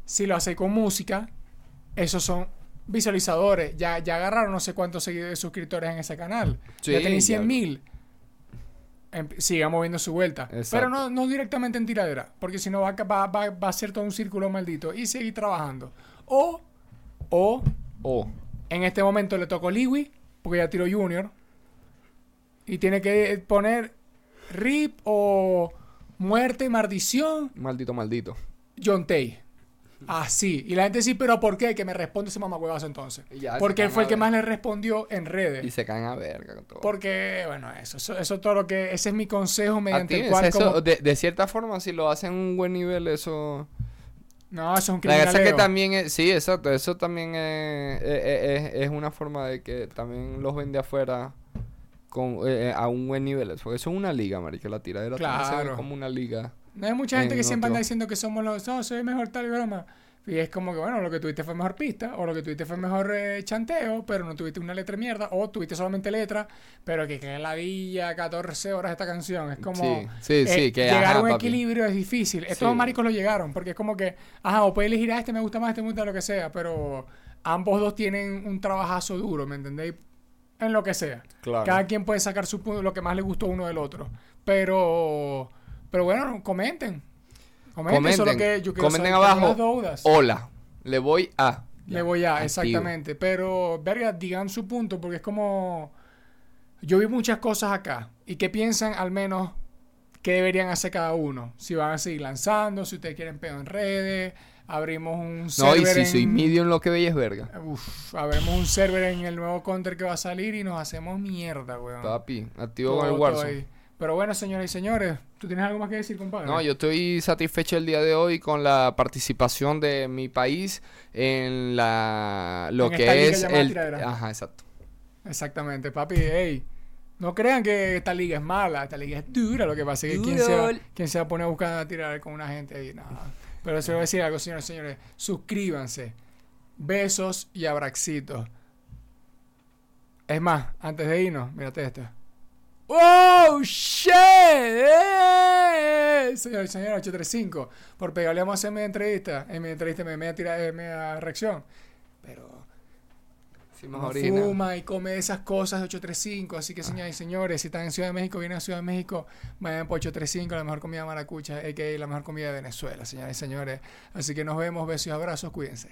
Speaker 1: si lo hace con música, esos son visualizadores. Ya, ya agarraron no sé cuántos seguidores, suscriptores en ese canal.
Speaker 2: Sí,
Speaker 1: ya tienen
Speaker 2: ya.
Speaker 1: 100 mil. Em, Siga moviendo su vuelta. Pero
Speaker 2: Exacto.
Speaker 1: no, no directamente en tiradera, porque si no va, a- va, va- va a ser todo un círculo maldito y seguir trabajando. O, o
Speaker 2: O,
Speaker 1: en este momento le tocó Liwi, porque ya tiró Junior. Y tiene que poner RIP o muerte, maldición,
Speaker 2: maldito, maldito.
Speaker 1: John Tay. Así. Y la gente sí, pero ¿por qué? Que me responde ese mamacuevazo entonces.
Speaker 2: Y ya,
Speaker 1: porque
Speaker 2: se
Speaker 1: él fue el que
Speaker 2: cagan a
Speaker 1: más le respondió en redes.
Speaker 2: Y se caen a verga con todo.
Speaker 1: Eh. Porque, bueno, eso, eso, eso todo lo que. Ese es mi consejo
Speaker 2: A ti,
Speaker 1: mediante el
Speaker 2: o
Speaker 1: cual.
Speaker 2: sea, eso,
Speaker 1: como-
Speaker 2: de, de cierta forma, si lo hacen a un buen nivel, eso...
Speaker 1: no, eso es un
Speaker 2: La
Speaker 1: criminal.
Speaker 2: verdad es que también es... Sí, exacto. Eso también es, es, es- es una forma de que también los vende afuera con, eh, eh, a un buen nivel. Eso, eso es una liga, marica. La tiradera también se ve
Speaker 1: Claro.
Speaker 2: como una liga.
Speaker 1: No hay mucha gente
Speaker 2: en
Speaker 1: que siempre
Speaker 2: otro.
Speaker 1: anda diciendo que somos los. No, soy mejor tal y broma. Y es como que, bueno, lo que tuviste fue mejor pista, o lo que tuviste fue mejor eh, chanteo, pero no tuviste una letra de mierda, o tuviste solamente letra, pero que que ladilla, 14 horas esta canción. Es como. eh,
Speaker 2: Sí, sí, sí, que
Speaker 1: Llegar
Speaker 2: ajá,
Speaker 1: a un
Speaker 2: papi.
Speaker 1: equilibrio es difícil. Estos
Speaker 2: Sí.
Speaker 1: maricos lo llegaron, porque es como que, ajá, o puedes elegir a este, me gusta más, este me gusta lo que sea, pero ambos dos tienen un trabajazo duro, ¿me entendéis? En lo que sea.
Speaker 2: Claro.
Speaker 1: Cada quien puede sacar su pu- lo que más le gustó uno del otro. Pero, pero bueno, comenten. Comenten,
Speaker 2: Comenten,
Speaker 1: solo que yo quiero
Speaker 2: comenten
Speaker 1: saber cuáles
Speaker 2: abajo.
Speaker 1: son las dudas.
Speaker 2: Hola, le voy a.
Speaker 1: Le voy a,
Speaker 2: activo.
Speaker 1: exactamente. Pero, verga, digan su punto, porque es como. Yo vi muchas cosas acá. ¿Y qué piensan al menos qué deberían hacer cada uno? Si van a seguir lanzando, si ustedes quieren pedo en redes, abrimos un
Speaker 2: No, y
Speaker 1: server.
Speaker 2: si
Speaker 1: en- Ah.
Speaker 2: soy medium, lo que veis es verga.
Speaker 1: Uf, abrimos un server en el nuevo counter que va a salir y nos hacemos mierda, weón.
Speaker 2: Papi, activo con
Speaker 1: Todo,
Speaker 2: el
Speaker 1: todo
Speaker 2: Warzone.
Speaker 1: ahí. Pero bueno, señoras y señores, ¿tú tienes algo más que decir, compadre?
Speaker 2: No, yo estoy satisfecho el día de hoy con la participación de mi país en la lo
Speaker 1: En
Speaker 2: que
Speaker 1: esta liga
Speaker 2: es
Speaker 1: llamada
Speaker 2: el
Speaker 1: tiradera.
Speaker 2: ajá, exacto.
Speaker 1: Exactamente, papi, ey. No crean que esta liga es mala, esta liga es dura, lo que pasa es que quien se, va,
Speaker 2: Durol.
Speaker 1: quien se va a poner a buscar a tirar con una gente ahí, nada. Pero les voy a decir algo, señores, señores, suscríbanse. Besos y abraxitos. Es más, antes de irnos, mírate esto. ¡Oh, shit! Eh, Señor, señor 835, por pegarle vamos a hacer mi entrevista. En mi entrevista me media, tira, eh, media reacción. Pero. uno
Speaker 2: original.
Speaker 1: fuma y come esas cosas de 835. Así que, señores y señores, si están en Ciudad de México, vienen a Ciudad de México, vayan por 835, la mejor comida maracucha, a.k.a. la mejor comida de Venezuela, señores y señores. Así que nos vemos, besos y abrazos, cuídense.